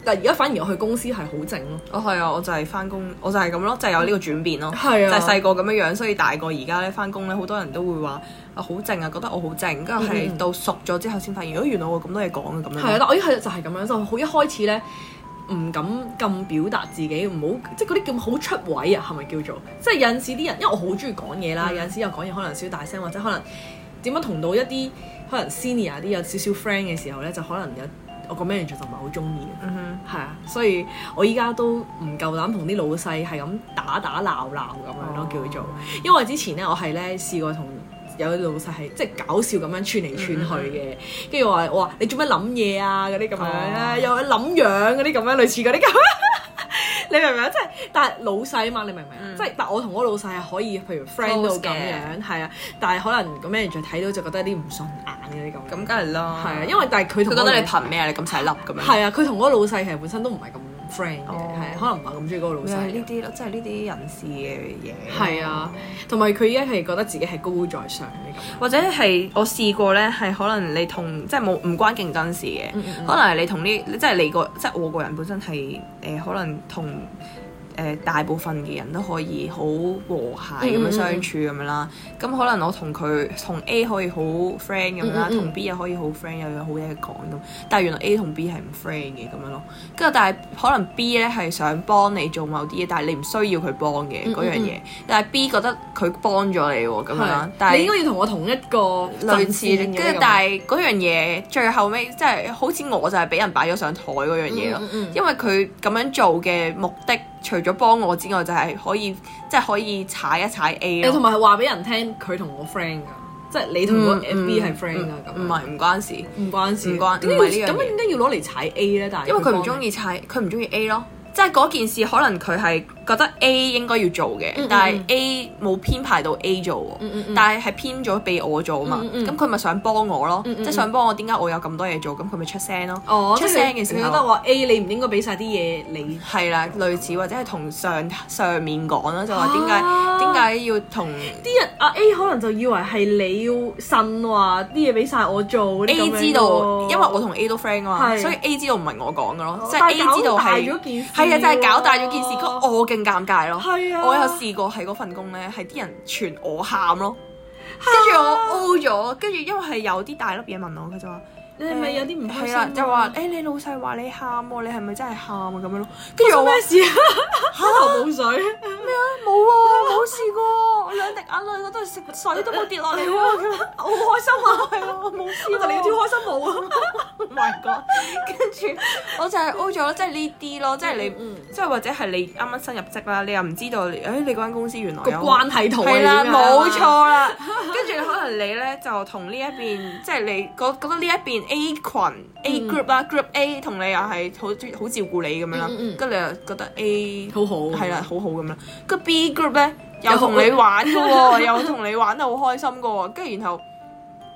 [SPEAKER 1] 但而家反而我去公司係好靜咯。
[SPEAKER 2] 我係啊，我就係翻工，我就係咁咯，就係有呢個轉變咯。
[SPEAKER 1] 係啊
[SPEAKER 2] 嗯就係細個咁樣樣，所以大個而家咧翻工咧，好多人都會話啊好靜啊，覺得我好靜，跟住
[SPEAKER 1] 嗯
[SPEAKER 2] 係
[SPEAKER 1] 嗯
[SPEAKER 2] 到熟咗之後先發現，哦原來我咁多嘢講嘅咁樣。
[SPEAKER 1] 係啊，但我一係就係咁樣，就好一開始咧唔敢咁表達自己，唔好即係嗰啲叫好出位啊，係咪叫做？即係有陣時啲人，因為我好中意講嘢啦，
[SPEAKER 2] 嗯
[SPEAKER 1] 有陣時又講嘢可能少大聲，或者可能點樣同到一啲可能 senior 啲有少少 friend 嘅時候咧，就可能有我個 manager 就唔係好中意嘅，
[SPEAKER 2] 嗯哼。
[SPEAKER 1] 係啊，所以我依家都唔夠膽同啲老細係咁打打鬧鬧咁樣
[SPEAKER 2] 哦
[SPEAKER 1] 咯，叫做。因為之前咧，我係咧試過同有啲老細係即係搞笑咁樣串嚟串去嘅，跟住我話我話你做咩諗嘢啊嗰啲咁樣
[SPEAKER 2] 嗯哦
[SPEAKER 1] 咧，又話諗樣嗰啲咁樣類似嗰啲咁。 你明唔明啊？即係但係老細啊嘛，你明唔明啊？
[SPEAKER 2] 嗯
[SPEAKER 1] 即係但我同嗰個老細係可以，譬如 friend 到
[SPEAKER 2] Close
[SPEAKER 1] 咁
[SPEAKER 2] 嘅
[SPEAKER 1] 樣，係啊。但係可能個 manager 睇到就覺得有啲唔順眼嗰啲咁。
[SPEAKER 2] 咁梗係啦，
[SPEAKER 1] 係啊，因為但係佢
[SPEAKER 2] 哦
[SPEAKER 1] 同
[SPEAKER 2] 佢覺
[SPEAKER 1] 嗰個
[SPEAKER 2] 得
[SPEAKER 1] 老
[SPEAKER 2] 你憑咩啊？你咁細粒咁樣？
[SPEAKER 1] 係啊，佢同嗰個老細其實本身都唔係咁 friend 嘅，
[SPEAKER 2] 哦
[SPEAKER 1] 係啊可能唔係咁中意嗰個老
[SPEAKER 2] 咪係呢
[SPEAKER 1] 細。
[SPEAKER 2] 啲咯，即係呢啲人事嘅嘢。
[SPEAKER 1] 係啊，同埋佢依家係覺得自己係高高在上嘅咁。
[SPEAKER 2] 或者係我試過咧，係可能你同即係冇唔關競爭事嘅，
[SPEAKER 1] 嗯
[SPEAKER 2] 可能係你同呢，即係你個即係我個人本身係誒、呃可能同誒、呃大部分嘅人都可以好和諧咁
[SPEAKER 1] 嗯嗯
[SPEAKER 2] 樣
[SPEAKER 1] 嗯
[SPEAKER 2] 相處咁樣啦。咁、可能我同佢同 A 可以好 friend 咁樣啦，
[SPEAKER 1] 嗯嗯嗯
[SPEAKER 2] 同 B 又可以好 friend，又有好嘢講咁。但係原來 A 同 B 係唔 friend 嘅咁樣咯。跟住但係可能 B 咧係想幫你做某啲嘢，但係你唔需要佢幫嘅
[SPEAKER 1] 嗯
[SPEAKER 2] 嗰樣
[SPEAKER 1] 嗯
[SPEAKER 2] 嘢。但係 B 覺得佢幫咗你喎咁樣啦
[SPEAKER 1] 係，啊
[SPEAKER 2] 但係
[SPEAKER 1] 你應該要同我同一個
[SPEAKER 2] 類似，
[SPEAKER 1] 陣線
[SPEAKER 2] 跟
[SPEAKER 1] 嘅
[SPEAKER 2] 住但係嗰樣嘢最後尾即係好似我就係俾人擺咗上台嗰樣嘢咯
[SPEAKER 1] 嗯，嗯嗯
[SPEAKER 2] 因為佢咁樣做嘅目的，除咗幫我之外，就係可以即係可以踩一踩 A
[SPEAKER 1] 你同
[SPEAKER 2] 咯。嗯
[SPEAKER 1] 埋話俾人聽，佢同我 friend 㗎，即係你同個 B 係 friend 㗎咁樣。
[SPEAKER 2] 唔係唔關事，因
[SPEAKER 1] 唔關事，
[SPEAKER 2] 唔關
[SPEAKER 1] 點解
[SPEAKER 2] 唔係呢樣
[SPEAKER 1] 要咁
[SPEAKER 2] 嘢
[SPEAKER 1] 點解要攞嚟踩 A 咧？但係
[SPEAKER 2] 為佢唔中
[SPEAKER 1] 意，
[SPEAKER 2] 意踩，佢唔中意 A 咯。即係嗰件事可能佢係覺得 A 應該要做嘅，
[SPEAKER 1] 嗯嗯
[SPEAKER 2] 但係 A 冇編排到 A 做喎，
[SPEAKER 1] 嗯嗯嗯
[SPEAKER 2] 但係係編咗俾我做啊嘛，
[SPEAKER 1] 嗯嗯嗯
[SPEAKER 2] 咁佢咪想幫我咯，
[SPEAKER 1] 嗯嗯嗯
[SPEAKER 2] 即係想幫我點解我有咁多嘢做，咁佢咪出聲咯。
[SPEAKER 1] 哦，即
[SPEAKER 2] 出聲
[SPEAKER 1] 係
[SPEAKER 2] 嘅
[SPEAKER 1] 佢
[SPEAKER 2] 時
[SPEAKER 1] 佢
[SPEAKER 2] 候嗯
[SPEAKER 1] 覺得話 A 你唔應該俾晒啲嘢你。
[SPEAKER 2] 係啦，類似或者係同上上面講啦，就話點
[SPEAKER 1] 啊
[SPEAKER 2] 解點解要同
[SPEAKER 1] 啲人啊 A 可能就以為係你要呻話啲嘢俾晒我做
[SPEAKER 2] A 知道，因為我同 A 都 friend 啊嘛，
[SPEAKER 1] 係
[SPEAKER 2] 所以 A 知道唔係我講嘅咯，即
[SPEAKER 1] 但
[SPEAKER 2] 係
[SPEAKER 1] 係搞
[SPEAKER 2] A 知道
[SPEAKER 1] 大
[SPEAKER 2] 係
[SPEAKER 1] 咗件事
[SPEAKER 2] 係啊，就係搞大咗件事，
[SPEAKER 1] 喎
[SPEAKER 2] 咁我勁尷尬咯。
[SPEAKER 1] 係啊
[SPEAKER 2] 我有試過喺嗰份工咧，係啲人傳我喊咯，跟住我 O 咗，跟住因為係有啲大粒嘢問我，佢就話。
[SPEAKER 1] 你係咪有啲唔開
[SPEAKER 2] 係
[SPEAKER 1] 心
[SPEAKER 2] 啦
[SPEAKER 1] 啊？，
[SPEAKER 2] 就話誒你老細話你喊喎，你係咪真係喊啊咁樣咯？跟
[SPEAKER 1] 跟
[SPEAKER 2] 住
[SPEAKER 1] 住
[SPEAKER 2] 我話
[SPEAKER 1] 咩事啊？ 一頭冇水，
[SPEAKER 2] 冇啊，冇試過，我兩滴眼淚我都係食水都冇跌落嚟喎。
[SPEAKER 1] 我 好開心啊！
[SPEAKER 2] 係啊，我冇試
[SPEAKER 1] 我
[SPEAKER 2] 過。
[SPEAKER 1] 同你跳開心舞啊！
[SPEAKER 2] 唔係講，跟住我就係 O 咗咯，即係呢啲咯，即係你
[SPEAKER 1] 嗯，
[SPEAKER 2] 即係或者係你啱啱新入職啦，你又唔知道，誒你嗰間公司原來
[SPEAKER 1] 個
[SPEAKER 2] 有
[SPEAKER 1] 關係圖
[SPEAKER 2] 啊係啦，
[SPEAKER 1] 係點樣啊
[SPEAKER 2] 冇錯 啦。跟住可能你咧就同呢一邊，即係你覺覺得呢一邊 A 群
[SPEAKER 1] 嗯
[SPEAKER 2] A group 啦，group A 同你又係好好照顧你咁樣啦
[SPEAKER 1] 嗯嗯嗯，
[SPEAKER 2] 跟住你又覺得 A
[SPEAKER 1] 好好
[SPEAKER 2] 係啦，好好咁啦。個 B group 咧又
[SPEAKER 1] 又
[SPEAKER 2] 同
[SPEAKER 1] 好
[SPEAKER 2] 你玩嘅喎，又同你玩得好開心嘅喎，跟住然後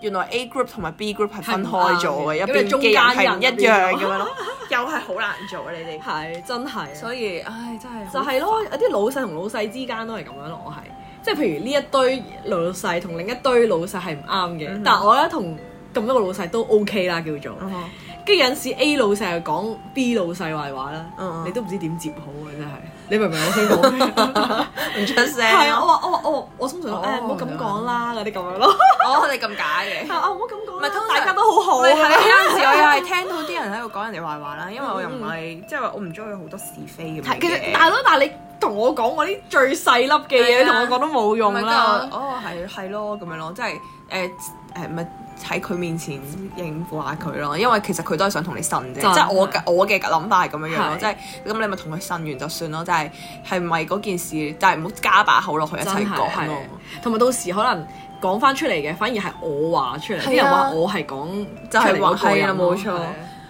[SPEAKER 2] 原來 A group 同埋 B group 係分開咗
[SPEAKER 1] 係
[SPEAKER 2] 嘅，一
[SPEAKER 1] 唔啱嘅
[SPEAKER 2] 邊嘅人係唔一樣
[SPEAKER 1] 因為中間人
[SPEAKER 2] 咁樣咯，又係好難做啊你哋。
[SPEAKER 1] 係真係，所
[SPEAKER 2] 所
[SPEAKER 1] 以
[SPEAKER 2] 以唉，真係
[SPEAKER 1] 就
[SPEAKER 2] 好
[SPEAKER 1] 係咯，有啲老細同老細之間都係咁樣咯，我係即係譬如呢一堆老細同另一堆老細係唔啱嘅，
[SPEAKER 2] 嗯哼
[SPEAKER 1] 但我咧同咁多個老細都 OK 啦，叫做，
[SPEAKER 2] 嗯哼
[SPEAKER 1] 跟住有陣時 A 老細又講 B 老細壞話啦，
[SPEAKER 2] 嗯嗯
[SPEAKER 1] 你都唔知點接好啊，真係，你明唔明我想講咩？
[SPEAKER 2] 唔出聲。
[SPEAKER 1] 係啊，我話我話我話我通常
[SPEAKER 2] 哦
[SPEAKER 1] 話哎誒唔好咁講啦，嗰啲咁樣咯，
[SPEAKER 2] 哦，你咁假嘅。
[SPEAKER 1] 啊唔好咁講
[SPEAKER 2] 唔係通
[SPEAKER 1] 啦，
[SPEAKER 2] 常
[SPEAKER 1] 大家都好好
[SPEAKER 2] 我係
[SPEAKER 1] 啊。
[SPEAKER 2] 有陣時我又係聽到啲人喺度講人哋壞話啦，因為我又唔係即係話我唔中意好多是非咁 樣
[SPEAKER 1] 係，其實
[SPEAKER 2] 嘅
[SPEAKER 1] 大佬，但係你同我講嗰啲最細粒嘅
[SPEAKER 2] 係啊
[SPEAKER 1] 嘢，你同我講都冇用
[SPEAKER 2] 唔係跟住
[SPEAKER 1] 啦。
[SPEAKER 2] 我哦，係係咯，咁樣咯，即係誒誒，咪喺佢面前應付下佢咯，因為其實佢都係想同你呻啫，即
[SPEAKER 1] 真
[SPEAKER 2] 係我嘅我嘅諗法係咁樣樣咯，
[SPEAKER 1] 係
[SPEAKER 2] 即係咁你咪同佢呻完就算咯，就係係咪嗰件事，但係唔好加把口落去一
[SPEAKER 1] 一
[SPEAKER 2] 齊講咯。
[SPEAKER 1] 同埋到時可能講翻出嚟嘅，反而係我話出嚟，
[SPEAKER 2] 係啊
[SPEAKER 1] 啲人話我係講
[SPEAKER 2] 就係話
[SPEAKER 1] 話啊
[SPEAKER 2] 係啦，冇錯。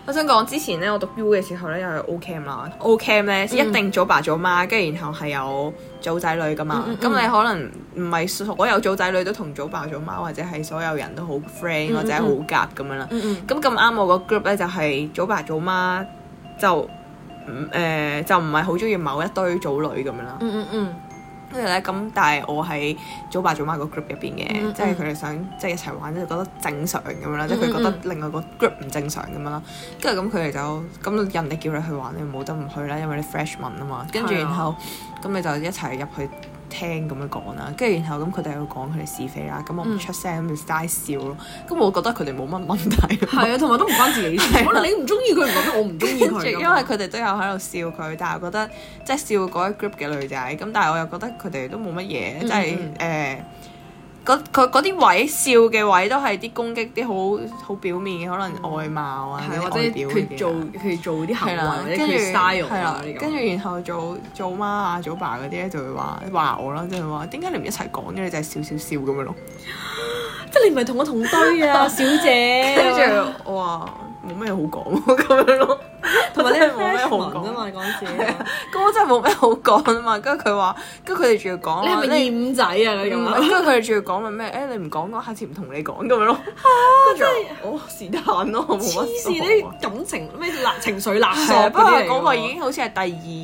[SPEAKER 2] 我想講之前咧，我讀 U 嘅時候嗯咧，又係 O cam 啦，O cam 咧一定組爸組媽，跟住然後係有組仔女噶嘛。
[SPEAKER 1] 嗯嗯
[SPEAKER 2] 咁、你可能唔係所有組仔女都同組爸組媽，或者係所有人都好 friend 或者好夾咁樣啦。
[SPEAKER 1] 嗯嗯
[SPEAKER 2] 咁咁啱我個 group 咧就係組爸組媽嗯就唔誒、就唔係好中意某一堆組女咁樣啦。
[SPEAKER 1] 嗯嗯嗯，
[SPEAKER 2] 跟住咧，咁但係我喺早爸早媽個 group 入邊嘅，
[SPEAKER 1] 嗯
[SPEAKER 2] 即係佢哋想即係一齊玩，即係覺得正常咁樣啦，即係
[SPEAKER 1] 嗯
[SPEAKER 2] 佢覺得
[SPEAKER 1] 嗯
[SPEAKER 2] 另外個 group 唔正常咁樣啦。跟住咁佢哋就咁人哋叫你去玩，你冇得唔去啦，因為你 freshman 啊嘛。跟住
[SPEAKER 1] 係啊
[SPEAKER 2] 然後咁你就一齊入去聽咁樣講啦。跟住然後咁佢哋喺度講佢哋是非啦，咁我唔
[SPEAKER 1] 嗯
[SPEAKER 2] 出聲，咁就齋笑咯。咁我覺得佢哋冇乜問題。
[SPEAKER 1] 係啊，同埋都唔關自己事。 可能你唔中意佢，唔代表我唔中意
[SPEAKER 2] 跟
[SPEAKER 1] 佢啊
[SPEAKER 2] 住
[SPEAKER 1] 㗎嘛。
[SPEAKER 2] 因為佢哋都有喺度笑佢，但係我覺得即係笑嗰一 group 嘅女仔，咁但係我又覺得佢哋都冇乜嘢，
[SPEAKER 1] 嗯
[SPEAKER 2] 即係
[SPEAKER 1] 嗯
[SPEAKER 2] 誒嗰佢嗰啲位笑嘅位都係啲攻擊啲好好表面嘅，可能外貌啊，
[SPEAKER 1] 嗯係
[SPEAKER 2] 啲
[SPEAKER 1] 或者
[SPEAKER 2] 外表嗰
[SPEAKER 1] 佢
[SPEAKER 2] 啲
[SPEAKER 1] 做
[SPEAKER 2] 啊
[SPEAKER 1] 佢做啲行
[SPEAKER 2] 係
[SPEAKER 1] 為
[SPEAKER 2] 啦
[SPEAKER 1] 或，者
[SPEAKER 2] 跟住
[SPEAKER 1] 佢 style
[SPEAKER 2] 係啦
[SPEAKER 1] 啊呢，個
[SPEAKER 2] 跟住然後做做媽啊、做爸嗰啲咧就會話話我啦，即係話點解你唔一齊講嘅，你就係笑笑笑咁樣咯。
[SPEAKER 1] 即係你唔係同我同堆 啊，小姐。
[SPEAKER 2] 跟住 我話冇咩好講咁樣咯，
[SPEAKER 1] 同埋你係
[SPEAKER 2] 冇咩好講
[SPEAKER 1] 啊嘛，嗰 陣時。
[SPEAKER 2] 咁我真係冇咩好講啊嘛，跟住佢話，跟住佢哋仲要講
[SPEAKER 1] 你
[SPEAKER 2] 話
[SPEAKER 1] 係咪厭仔啊？你咁
[SPEAKER 2] 唔係
[SPEAKER 1] 啊？
[SPEAKER 2] 嗯跟住佢哋仲要講話咩？誒你唔講我下次唔同你講咁樣 咯。跟住我我是但咯，我冇乜
[SPEAKER 1] 哦黐
[SPEAKER 2] 所
[SPEAKER 1] 線
[SPEAKER 2] 謂
[SPEAKER 1] 啲感情咩辣情緒勒索
[SPEAKER 2] 係啊，
[SPEAKER 1] 嗰
[SPEAKER 2] 不過
[SPEAKER 1] 啲嚟㗎喎
[SPEAKER 2] 嗰個已經好似係第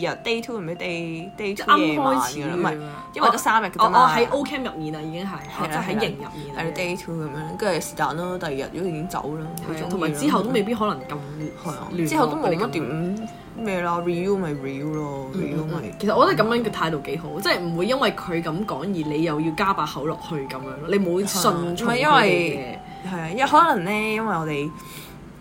[SPEAKER 2] 二日 day two 唔係 day day
[SPEAKER 1] 即係
[SPEAKER 2] two
[SPEAKER 1] 啱
[SPEAKER 2] 夜晚
[SPEAKER 1] 開始
[SPEAKER 2] 㗎啦，唔係
[SPEAKER 1] 啊
[SPEAKER 2] 因為得三日㗎
[SPEAKER 1] 我
[SPEAKER 2] 啫
[SPEAKER 1] 我
[SPEAKER 2] 嘛。
[SPEAKER 1] 喺 O Camp 入面啊，已經係，我即係喺營入面啊。
[SPEAKER 2] 係 day two 咁樣，跟住是但咯，第二日都已經走啦，好
[SPEAKER 1] 係啊
[SPEAKER 2] 中意
[SPEAKER 1] 同埋
[SPEAKER 2] 啦
[SPEAKER 1] 之後都未必可能咁
[SPEAKER 2] 係啊
[SPEAKER 1] 亂，
[SPEAKER 2] 之後都冇乜點咩啦，real 咪 real 咯，real
[SPEAKER 1] 嗯
[SPEAKER 2] 咪
[SPEAKER 1] 其實我覺得咁樣嘅態度幾好，即係唔會因為佢咁講而你又要加把口落去咁樣咯，你冇順從
[SPEAKER 2] 唔係因
[SPEAKER 1] 佢哋
[SPEAKER 2] 為係啊，因為可能咧，因為我哋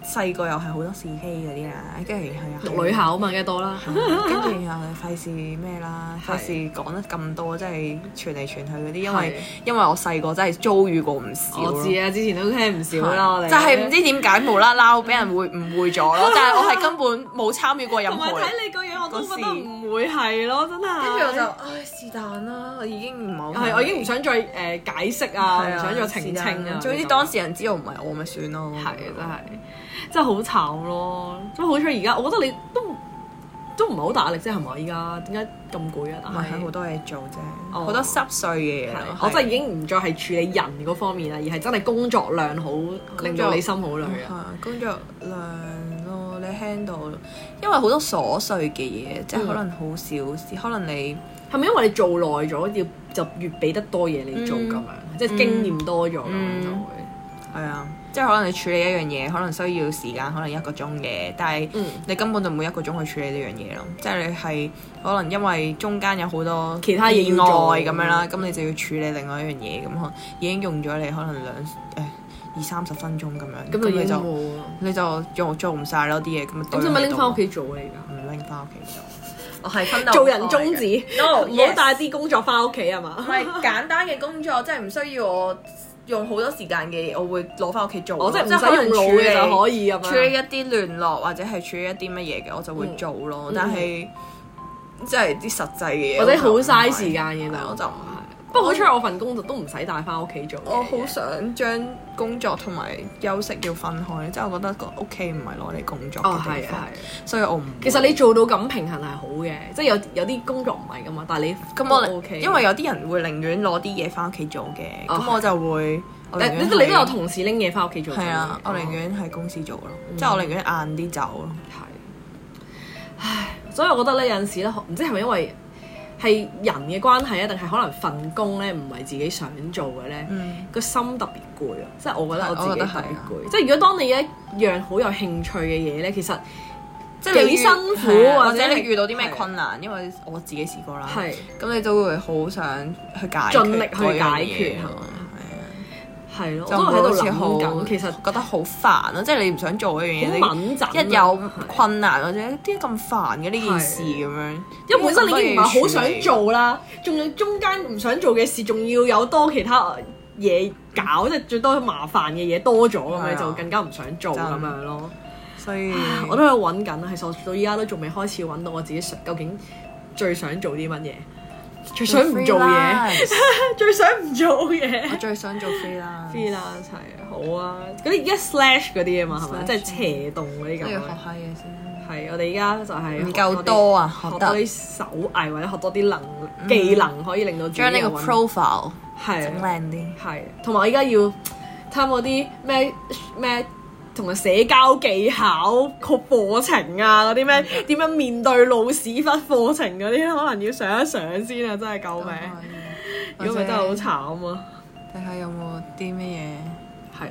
[SPEAKER 2] 細個又係好多是非嗰啲啦，跟住然後
[SPEAKER 1] 嘅
[SPEAKER 2] 又係
[SPEAKER 1] 讀女校啊嘛，梗係多啦。
[SPEAKER 2] 跟住然後又費事咩啦，
[SPEAKER 1] 係
[SPEAKER 2] 費事講得咁多，即係傳嚟傳去嗰啲，因為因為我細個真係遭遇過唔少
[SPEAKER 1] 我
[SPEAKER 2] 咯。
[SPEAKER 1] 知啊，之前都聽唔少啦，我哋
[SPEAKER 2] 就係唔知點解無啦啦俾人會誤會咗咯，但係我係根本冇參與過任
[SPEAKER 1] 同
[SPEAKER 2] 何
[SPEAKER 1] 埋。睇你個樣，我都覺得
[SPEAKER 2] 嗰時
[SPEAKER 1] 唔會係咯，真係。
[SPEAKER 2] 跟住我就唉是但啦，我已經唔啊係好
[SPEAKER 1] 係，我已經唔想再誒、解釋啊，
[SPEAKER 2] 係
[SPEAKER 1] 唔想再澄
[SPEAKER 2] 是但
[SPEAKER 1] 清
[SPEAKER 2] 啦
[SPEAKER 1] 啊。
[SPEAKER 2] 總之當事人知道唔係我咪算咯。
[SPEAKER 1] 係真係真係好慘咯。咁好彩而家，我覺得你都都唔係好大壓力啫，係咪？依家點解咁攰啊？
[SPEAKER 2] 唔
[SPEAKER 1] 但
[SPEAKER 2] 係好
[SPEAKER 1] 係
[SPEAKER 2] 多嘢做啫，
[SPEAKER 1] 哦
[SPEAKER 2] 好多濕碎嘅嘢
[SPEAKER 1] 係
[SPEAKER 2] 咯。
[SPEAKER 1] 我真係
[SPEAKER 2] 係
[SPEAKER 1] 已經唔再係處理人嗰方面啦，而係真係工作量好令到你心好累
[SPEAKER 2] 係
[SPEAKER 1] 啊。
[SPEAKER 2] 啊工作量咯，你 handle，因為好多瑣碎嘅嘢，即係
[SPEAKER 1] 嗯
[SPEAKER 2] 可能好少事，可能你
[SPEAKER 1] 係咪因為你做耐咗，要就越俾得多嘢你做咁樣，即係經驗多咗咁樣
[SPEAKER 2] 嗯
[SPEAKER 1] 就會。
[SPEAKER 2] 係啊，即係可能你處理一樣嘢，可能需要時間，可能一個鐘嘅，但係
[SPEAKER 1] 嗯
[SPEAKER 2] 你根本就冇一個鐘去處理呢樣嘢咯。即係你係可能因為中間有好多
[SPEAKER 1] 其他嘢
[SPEAKER 2] 意
[SPEAKER 1] 要
[SPEAKER 2] 外
[SPEAKER 1] 做
[SPEAKER 2] 咁樣啦，咁你就要處理另外一樣嘢，咁可能已經用咗你可能兩誒二三十分鐘咁樣，
[SPEAKER 1] 咁就
[SPEAKER 2] 你
[SPEAKER 1] 已經
[SPEAKER 2] 就
[SPEAKER 1] 冇啦。
[SPEAKER 2] 你就做做唔晒咯啲嘢，咁咪
[SPEAKER 1] 咁使唔使拎翻屋企哦做啊？
[SPEAKER 2] 唔
[SPEAKER 1] 而
[SPEAKER 2] 拎翻屋企做。我係分
[SPEAKER 1] 家做人宗旨，
[SPEAKER 2] No，
[SPEAKER 1] 唔好
[SPEAKER 2] yes
[SPEAKER 1] 帶啲工作翻屋企啊嘛
[SPEAKER 2] 唔。係簡單嘅工作，即係唔需要我用好多時間嘅，我會攞翻屋企做咯。
[SPEAKER 1] 我哦真係唔
[SPEAKER 2] 哦可
[SPEAKER 1] 使
[SPEAKER 2] 能
[SPEAKER 1] 用
[SPEAKER 2] 處
[SPEAKER 1] 腦
[SPEAKER 2] 理
[SPEAKER 1] 嘅就可以啊咁
[SPEAKER 2] 處理
[SPEAKER 1] 樣
[SPEAKER 2] 一。啲聯絡或者係處理一啲乜嘢嘅，我就會做咯。
[SPEAKER 1] 嗯
[SPEAKER 2] 但係即係啲實際嘅嘢，
[SPEAKER 1] 或者好
[SPEAKER 2] 我就唔係
[SPEAKER 1] 嘥時間嘅
[SPEAKER 2] 係
[SPEAKER 1] 就
[SPEAKER 2] 我就唔
[SPEAKER 1] 不過好彩我份工就都唔使帶翻屋企做嘅。啊
[SPEAKER 2] 我哦好想將工作同埋休息要分開，即係我覺得個屋企唔係攞嚟工作
[SPEAKER 1] 哦，
[SPEAKER 2] 嘅
[SPEAKER 1] 係
[SPEAKER 2] 地
[SPEAKER 1] 係
[SPEAKER 2] 方，。所以我唔
[SPEAKER 1] 其實你做到咁平衡係好嘅，即係有有啲工作唔係噶嘛，但係你
[SPEAKER 2] 咁
[SPEAKER 1] 都
[SPEAKER 2] 我
[SPEAKER 1] OK，
[SPEAKER 2] 因為有啲人會寧願攞啲嘢翻屋企做嘅，
[SPEAKER 1] 哦
[SPEAKER 2] 咁我就會我寧
[SPEAKER 1] 你
[SPEAKER 2] 願
[SPEAKER 1] 你都你都有
[SPEAKER 2] 喺
[SPEAKER 1] 同事拎嘢翻屋企做嘅。哦
[SPEAKER 2] 係啊，我寧願喺公司做咯，即係我寧願晏啲走咯。
[SPEAKER 1] 係。唉，所以我覺得咧有陣時咧，唔知係咪因為係人嘅關係啊，定係可能份工咧唔係自己想做嘅咧，
[SPEAKER 2] 嗯
[SPEAKER 1] 個心特別攰啊！即係我覺得我
[SPEAKER 2] 係我
[SPEAKER 1] 自
[SPEAKER 2] 覺
[SPEAKER 1] 己
[SPEAKER 2] 得
[SPEAKER 1] 特
[SPEAKER 2] 係
[SPEAKER 1] 別
[SPEAKER 2] 啊
[SPEAKER 1] 攰。即係如果當你有一樣好有興趣嘅嘢咧，其實
[SPEAKER 2] 即
[SPEAKER 1] 係
[SPEAKER 2] 係
[SPEAKER 1] 你
[SPEAKER 2] 你
[SPEAKER 1] 辛苦啊或
[SPEAKER 2] 或
[SPEAKER 1] 者
[SPEAKER 2] 者
[SPEAKER 1] 你
[SPEAKER 2] 你遇到啲咩困難，因為我自己試過啦，
[SPEAKER 1] 啊係
[SPEAKER 2] 咁你都會好想去解決
[SPEAKER 1] 盡力去解決
[SPEAKER 2] 嗰樣嘢
[SPEAKER 1] 係嘛係咯，我都
[SPEAKER 2] 就
[SPEAKER 1] 喺
[SPEAKER 2] 唔會好
[SPEAKER 1] 度
[SPEAKER 2] 似
[SPEAKER 1] 諗
[SPEAKER 2] 好
[SPEAKER 1] 緊，其實
[SPEAKER 2] 覺得好煩啊咯，即係你唔想做嗰樣嘢，
[SPEAKER 1] 好敏感啊。
[SPEAKER 2] 你一有困難或者點解咁煩嘅呢件事
[SPEAKER 1] 係
[SPEAKER 2] 咁樣，
[SPEAKER 1] 因為本身你已經唔係好想
[SPEAKER 2] 點解咁多嘢要處理
[SPEAKER 1] 做啦，仲要中間唔想做嘅事，仲要有多其他嘢搞，即係最多麻煩嘅嘢多咗咁
[SPEAKER 2] 係啊
[SPEAKER 1] 樣，就更加唔想做
[SPEAKER 2] 真
[SPEAKER 1] 咁樣咯。
[SPEAKER 2] 所以
[SPEAKER 1] 我都喺度揾緊，其實我到依家都仲未開始揾到我自己想究竟最想做啲乜嘢，最想唔做嘢，
[SPEAKER 2] Freelance，
[SPEAKER 1] 最想唔做嘢。
[SPEAKER 2] 我最想做 freelance。
[SPEAKER 1] freelance 係啊好啊，嗰啲一 slash 嗰啲啊嘛，係咪？
[SPEAKER 2] Slash
[SPEAKER 1] 即係斜動嗰啲咁
[SPEAKER 2] 都
[SPEAKER 1] 啊
[SPEAKER 2] 要
[SPEAKER 1] 樣
[SPEAKER 2] 學。下嘢先，
[SPEAKER 1] 係，我哋而家就係
[SPEAKER 2] 唔
[SPEAKER 1] 學
[SPEAKER 2] 夠
[SPEAKER 1] 啲
[SPEAKER 2] 多啊學
[SPEAKER 1] 學
[SPEAKER 2] 得嗯
[SPEAKER 1] 多啲手藝或者學多啲能技能，可以令到自己
[SPEAKER 2] 將呢
[SPEAKER 1] 有
[SPEAKER 2] 個
[SPEAKER 1] 運
[SPEAKER 2] profile
[SPEAKER 1] 係
[SPEAKER 2] 整靚啲。
[SPEAKER 1] 係，同埋我而家要睇下有冇啲咩咩同埋社交技巧個課程啊，嗰啲咩
[SPEAKER 2] 嗯
[SPEAKER 1] 點樣面對老屎忽課程嗰啲，可能要上一上先啊！真係救命，
[SPEAKER 2] 哦
[SPEAKER 1] 如果唔係真係好慘啊！
[SPEAKER 2] 睇下有冇啲咩
[SPEAKER 1] 係，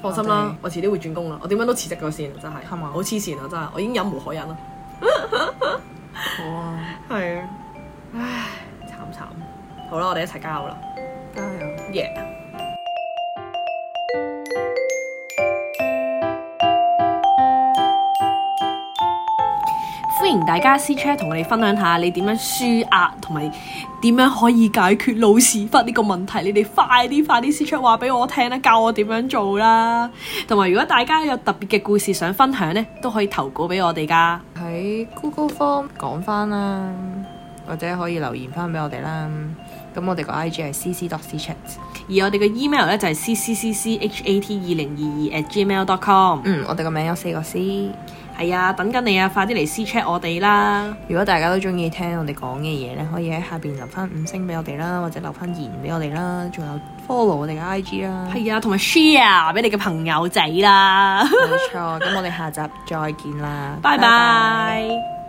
[SPEAKER 1] 放心啦，我遲啲會轉工啦，我點樣都辭職咗先，真係，
[SPEAKER 2] 係嘛
[SPEAKER 1] 好黐線啊，真係，我已經忍無可忍啦，
[SPEAKER 2] 嘢好啊，
[SPEAKER 1] 係啊，唉，慘慘，好啦，我哋一齊加油啦，
[SPEAKER 2] 加油！
[SPEAKER 1] 耶！歡迎大家私 chat 同我哋分享下你點樣舒壓，同埋點樣可以解決老屎忽呢個問題。你哋快啲快啲私 chat 話俾我聽啦，教我點樣做啦。同埋如果大家有特別嘅故事想分享呢，都可以投稿俾我哋噶。
[SPEAKER 2] 喺 Google Form 講翻啦，或者可以留言翻俾我哋啦。咁我哋個 IG 係 cc dot chat。
[SPEAKER 1] 而我哋嘅 email 咧就係 c c c c h a t e 二零二二 at gmail dot com。
[SPEAKER 2] 嗯，我哋個名有四個 C。
[SPEAKER 1] 係啊，等緊你啊，快啲嚟私 chat 我哋啦。
[SPEAKER 2] 如果大家都中意聽我哋講嘅嘢咧，可以喺下邊留翻五星俾我哋啦，或者留翻言俾我哋啦，仲有 follow 我哋嘅 IG 啦。
[SPEAKER 1] 係啊，同埋 share 俾你嘅朋友仔啦。
[SPEAKER 2] 冇錯，咁我哋下集再見啦，
[SPEAKER 1] 拜拜。